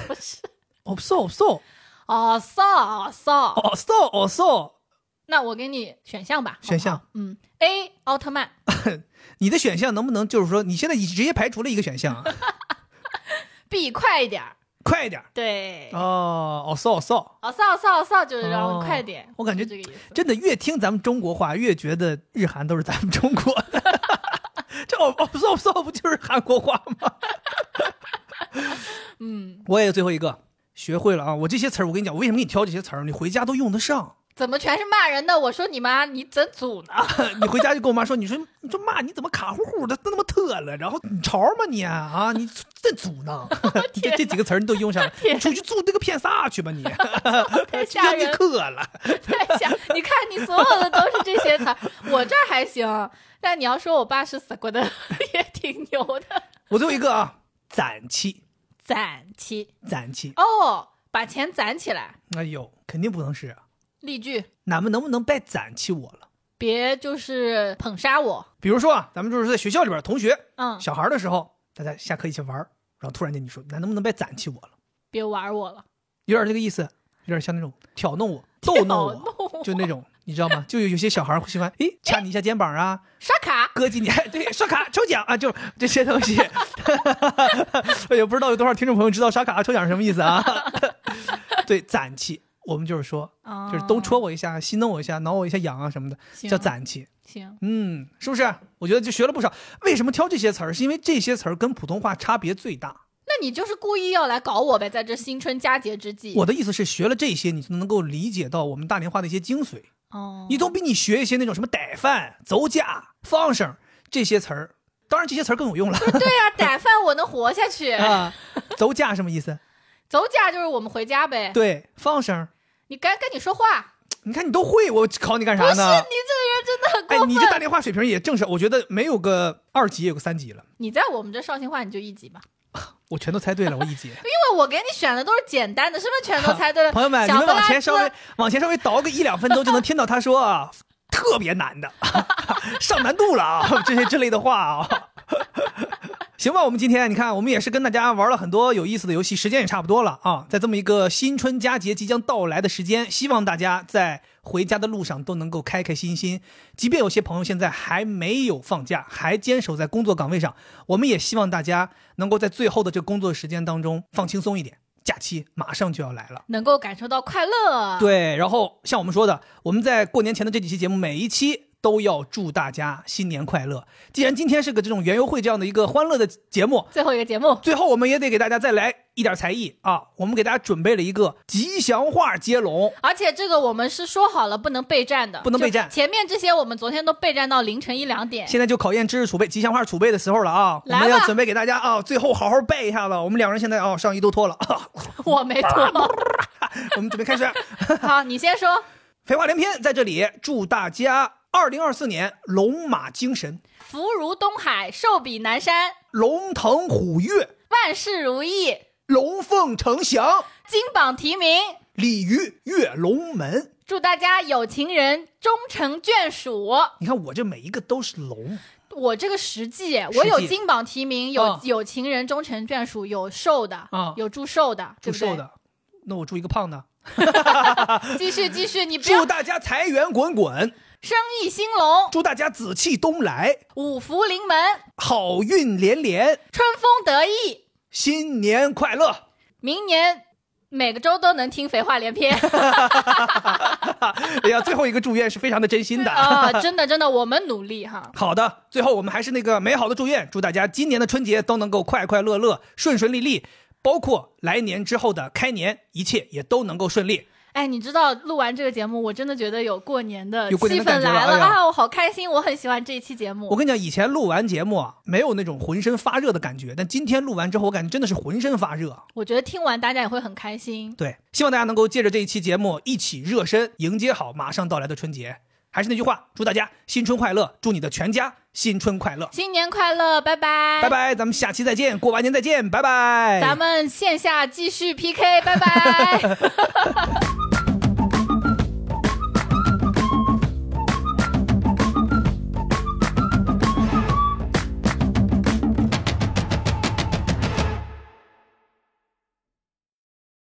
B: 不是
A: 哦瘦瘦
B: 哦臊臊。
A: 哦瘦哦瘦，
B: 那我给你选项吧，好不好
A: 选项，
B: 嗯，A 奥特曼
A: 你的选项能不能就是说你现在已直接排除了一个选 项啊，
B: ，B 快一点儿，
A: 快一点儿
B: 对，哦
A: 哦哦瘦哦瘦，
B: 臊臊臊就是让我快点，
A: 哦我感觉
B: 就这个意思。
A: 真的越听咱们中国话越觉得日韩都是咱们中国的。 这哦哦瘦瘦不就是韩国话吗？
B: 嗯，
A: 我也有最后一个学会了啊！我这些词儿，我跟你讲，我为什么给你挑这些词儿？你回家都用得上。
B: 怎么全是骂人的？我说你妈，你整组呢？
A: 你回家就跟我妈说，你说你这骂你怎么卡乎乎的，都那么特了，然后你潮吗你啊？啊你这组 呢？
B: 哦
A: 这这几个词儿你都用上了，你出去住那个骗啥去吧你？
B: 太
A: 去
B: 吓
A: 让你
B: 人了。
A: 渴了。
B: 太像，你看你所有的都是这些词儿，我这儿还行，但你要说我爸是死过的， 也挺牛的。
A: 我最后一个啊，攒气，
B: 攒起
A: 攒气。
B: 哦，把钱攒起来。
A: 哎呦，肯定不能是啊，
B: 例句，
A: 咱们能不能别攒气我了？
B: 别就是捧杀我。
A: 比如说啊，咱们就是在学校里边，同学
B: 嗯，
A: 小孩儿的时候，大家下课一起玩儿，然后突然间你说，咱能不能别攒气我了？
B: 别玩我了，
A: 有点这个意思，有点像那种挑弄我、逗弄
B: 挑弄我
A: 我，就那种，你知道吗？就有有些小孩会喜 欢，诶，掐你一下肩膀啊，
B: 刷卡。
A: 割几你， 哎对，刷卡抽奖啊，就这些东西。 也不知道有多少听众朋友知道刷卡抽奖是什么意思啊？ 对，攒气，我们就是说，
B: 啊，
A: 就是东戳我一下，西弄我一下，挠我一下痒啊什么的，
B: 行
A: 叫攒气。
B: 行，
A: 嗯，是不是？我觉得就学了不少。为什么挑这些词儿？是因为这些词儿跟普通话差别最大。
B: 那你就是故意要来搞我呗，在这新春佳节之际。
A: 我的意思是，学了这些，你就能够理解到我们大连话的一些精髓。
B: 哦，
A: 你总比你学一些那种什么逮饭、走假、放生这些词儿，当然这些词儿更有用了
B: 对 呀、逮饭我能活下去，
A: 啊。走假什么意思？
B: 走假就是我们回家呗。
A: 对，放生。
B: 你该跟你说话，
A: 你看你都会，我考你干
B: 不
A: 啥
B: 是你这个
A: 呢？
B: 人真的很
A: 哎
B: 过，分。
A: 你这大连话水平也正是，我觉得没有个二级也有个三级了。
B: 你在我们这绍兴话你就一级吧，
A: 我全都猜对了，我一级。
B: 因为我给你选的都是简单的，是不是全都猜对 了？
A: 朋友们，你
B: 小
A: 们
B: 不
A: 往
B: 拉
A: 前
B: 几
A: 稍微往前稍微倒个一两分钟，就能听到他说啊，特别难的， 上难度了啊， 这些之类的话啊。行吧，我们今天你看，我们也是跟大家玩了很多有意思的游戏，时间也差不多了啊。在这么一个新春佳节即将到来的时间，希望大家在回家的路上都能够开开心心。即便有些朋友现在还没有放假，还坚守在工作岗位上，我们也希望大家能够在最后的这工作时间当中放轻松一点。假期马上就要来了。
B: 能够感受到快乐。，
A: 对，然后像我们说的，我们在过年前的这几期节目，每一期都要祝大家新年快乐。既然今天是个这种园游会这样的一个欢乐的节目，
B: 最后一个节目，
A: 最后我们也得给大家再来一点才艺啊！我们给大家准备了一个吉祥话接龙，
B: 而且这个我们是说好了不能备战的，
A: 不能备战
B: 就前面这些我们昨天都备战到凌晨一两点。
A: 现在就考验知识储备、吉祥话储备的时候了啊！我
B: 来
A: 们要
B: 吧
A: 准备给大家啊，最后好好背一下子。我们两人现在啊上衣都脱了， 啊、
B: 我没错，
A: 我们准备开始。
B: 好，你先说。
A: 废话连篇，在这里祝大家二零二四年龙马精神，
B: 福如东海，寿比南山，
A: 龙腾虎跃。
B: 万事如意，
A: 龙凤呈祥，
B: 金榜题名。
A: 鲤鱼跃龙门。
B: 祝大家有情人终成眷属。
A: 你看我这每一个都是龙，
B: 我这个实际，
A: 实际
B: 我有金榜题名，有、
A: 嗯
B: 有情人终成眷属，有瘦的，
A: 嗯
B: 有祝寿的，
A: 祝
B: 对不对
A: 寿的，那我祝一个胖的，
B: 继续继续，你不要
A: 祝大家财源滚滚，
B: 生意兴隆，
A: 祝大家紫气东来，
B: 五福临门，
A: 好运连连，
B: 春风得意。
A: 新年快乐！
B: 明年每个周都能听肥话连篇
A: 哎呀，最后一个祝愿是非常的 真心的。
B: 啊！真的真的，我们努力哈。
A: 好的，最后我们还是那个美好的祝愿，祝大家今年的春节都能够快快乐乐、顺顺利利，包括来年之后的开年，一切也都能够顺利。
B: 哎，你知道录完这个节目，我真的觉得有过年的
A: 有过年
B: 气
A: 的
B: 氛
A: 感觉了
B: 来了
A: 哎呀
B: 啊！我好开心，我很喜欢这一期节目
A: 我。跟你讲，以前录完节目啊，没有那种浑身发热的感觉，但今天录完之后，我感觉真的是浑身发热。
B: 我觉得听完大家也会很开心。
A: 对，希望大家能够借着这一期节目一起热身，迎接好马上到来的春节。还是那句话，祝大家新春快乐，祝你的全家新春快乐，
B: 新年快乐，拜拜，
A: 拜，拜，咱们下期再见，过完年再见，拜拜，
B: 咱们线下继续 PK，拜拜。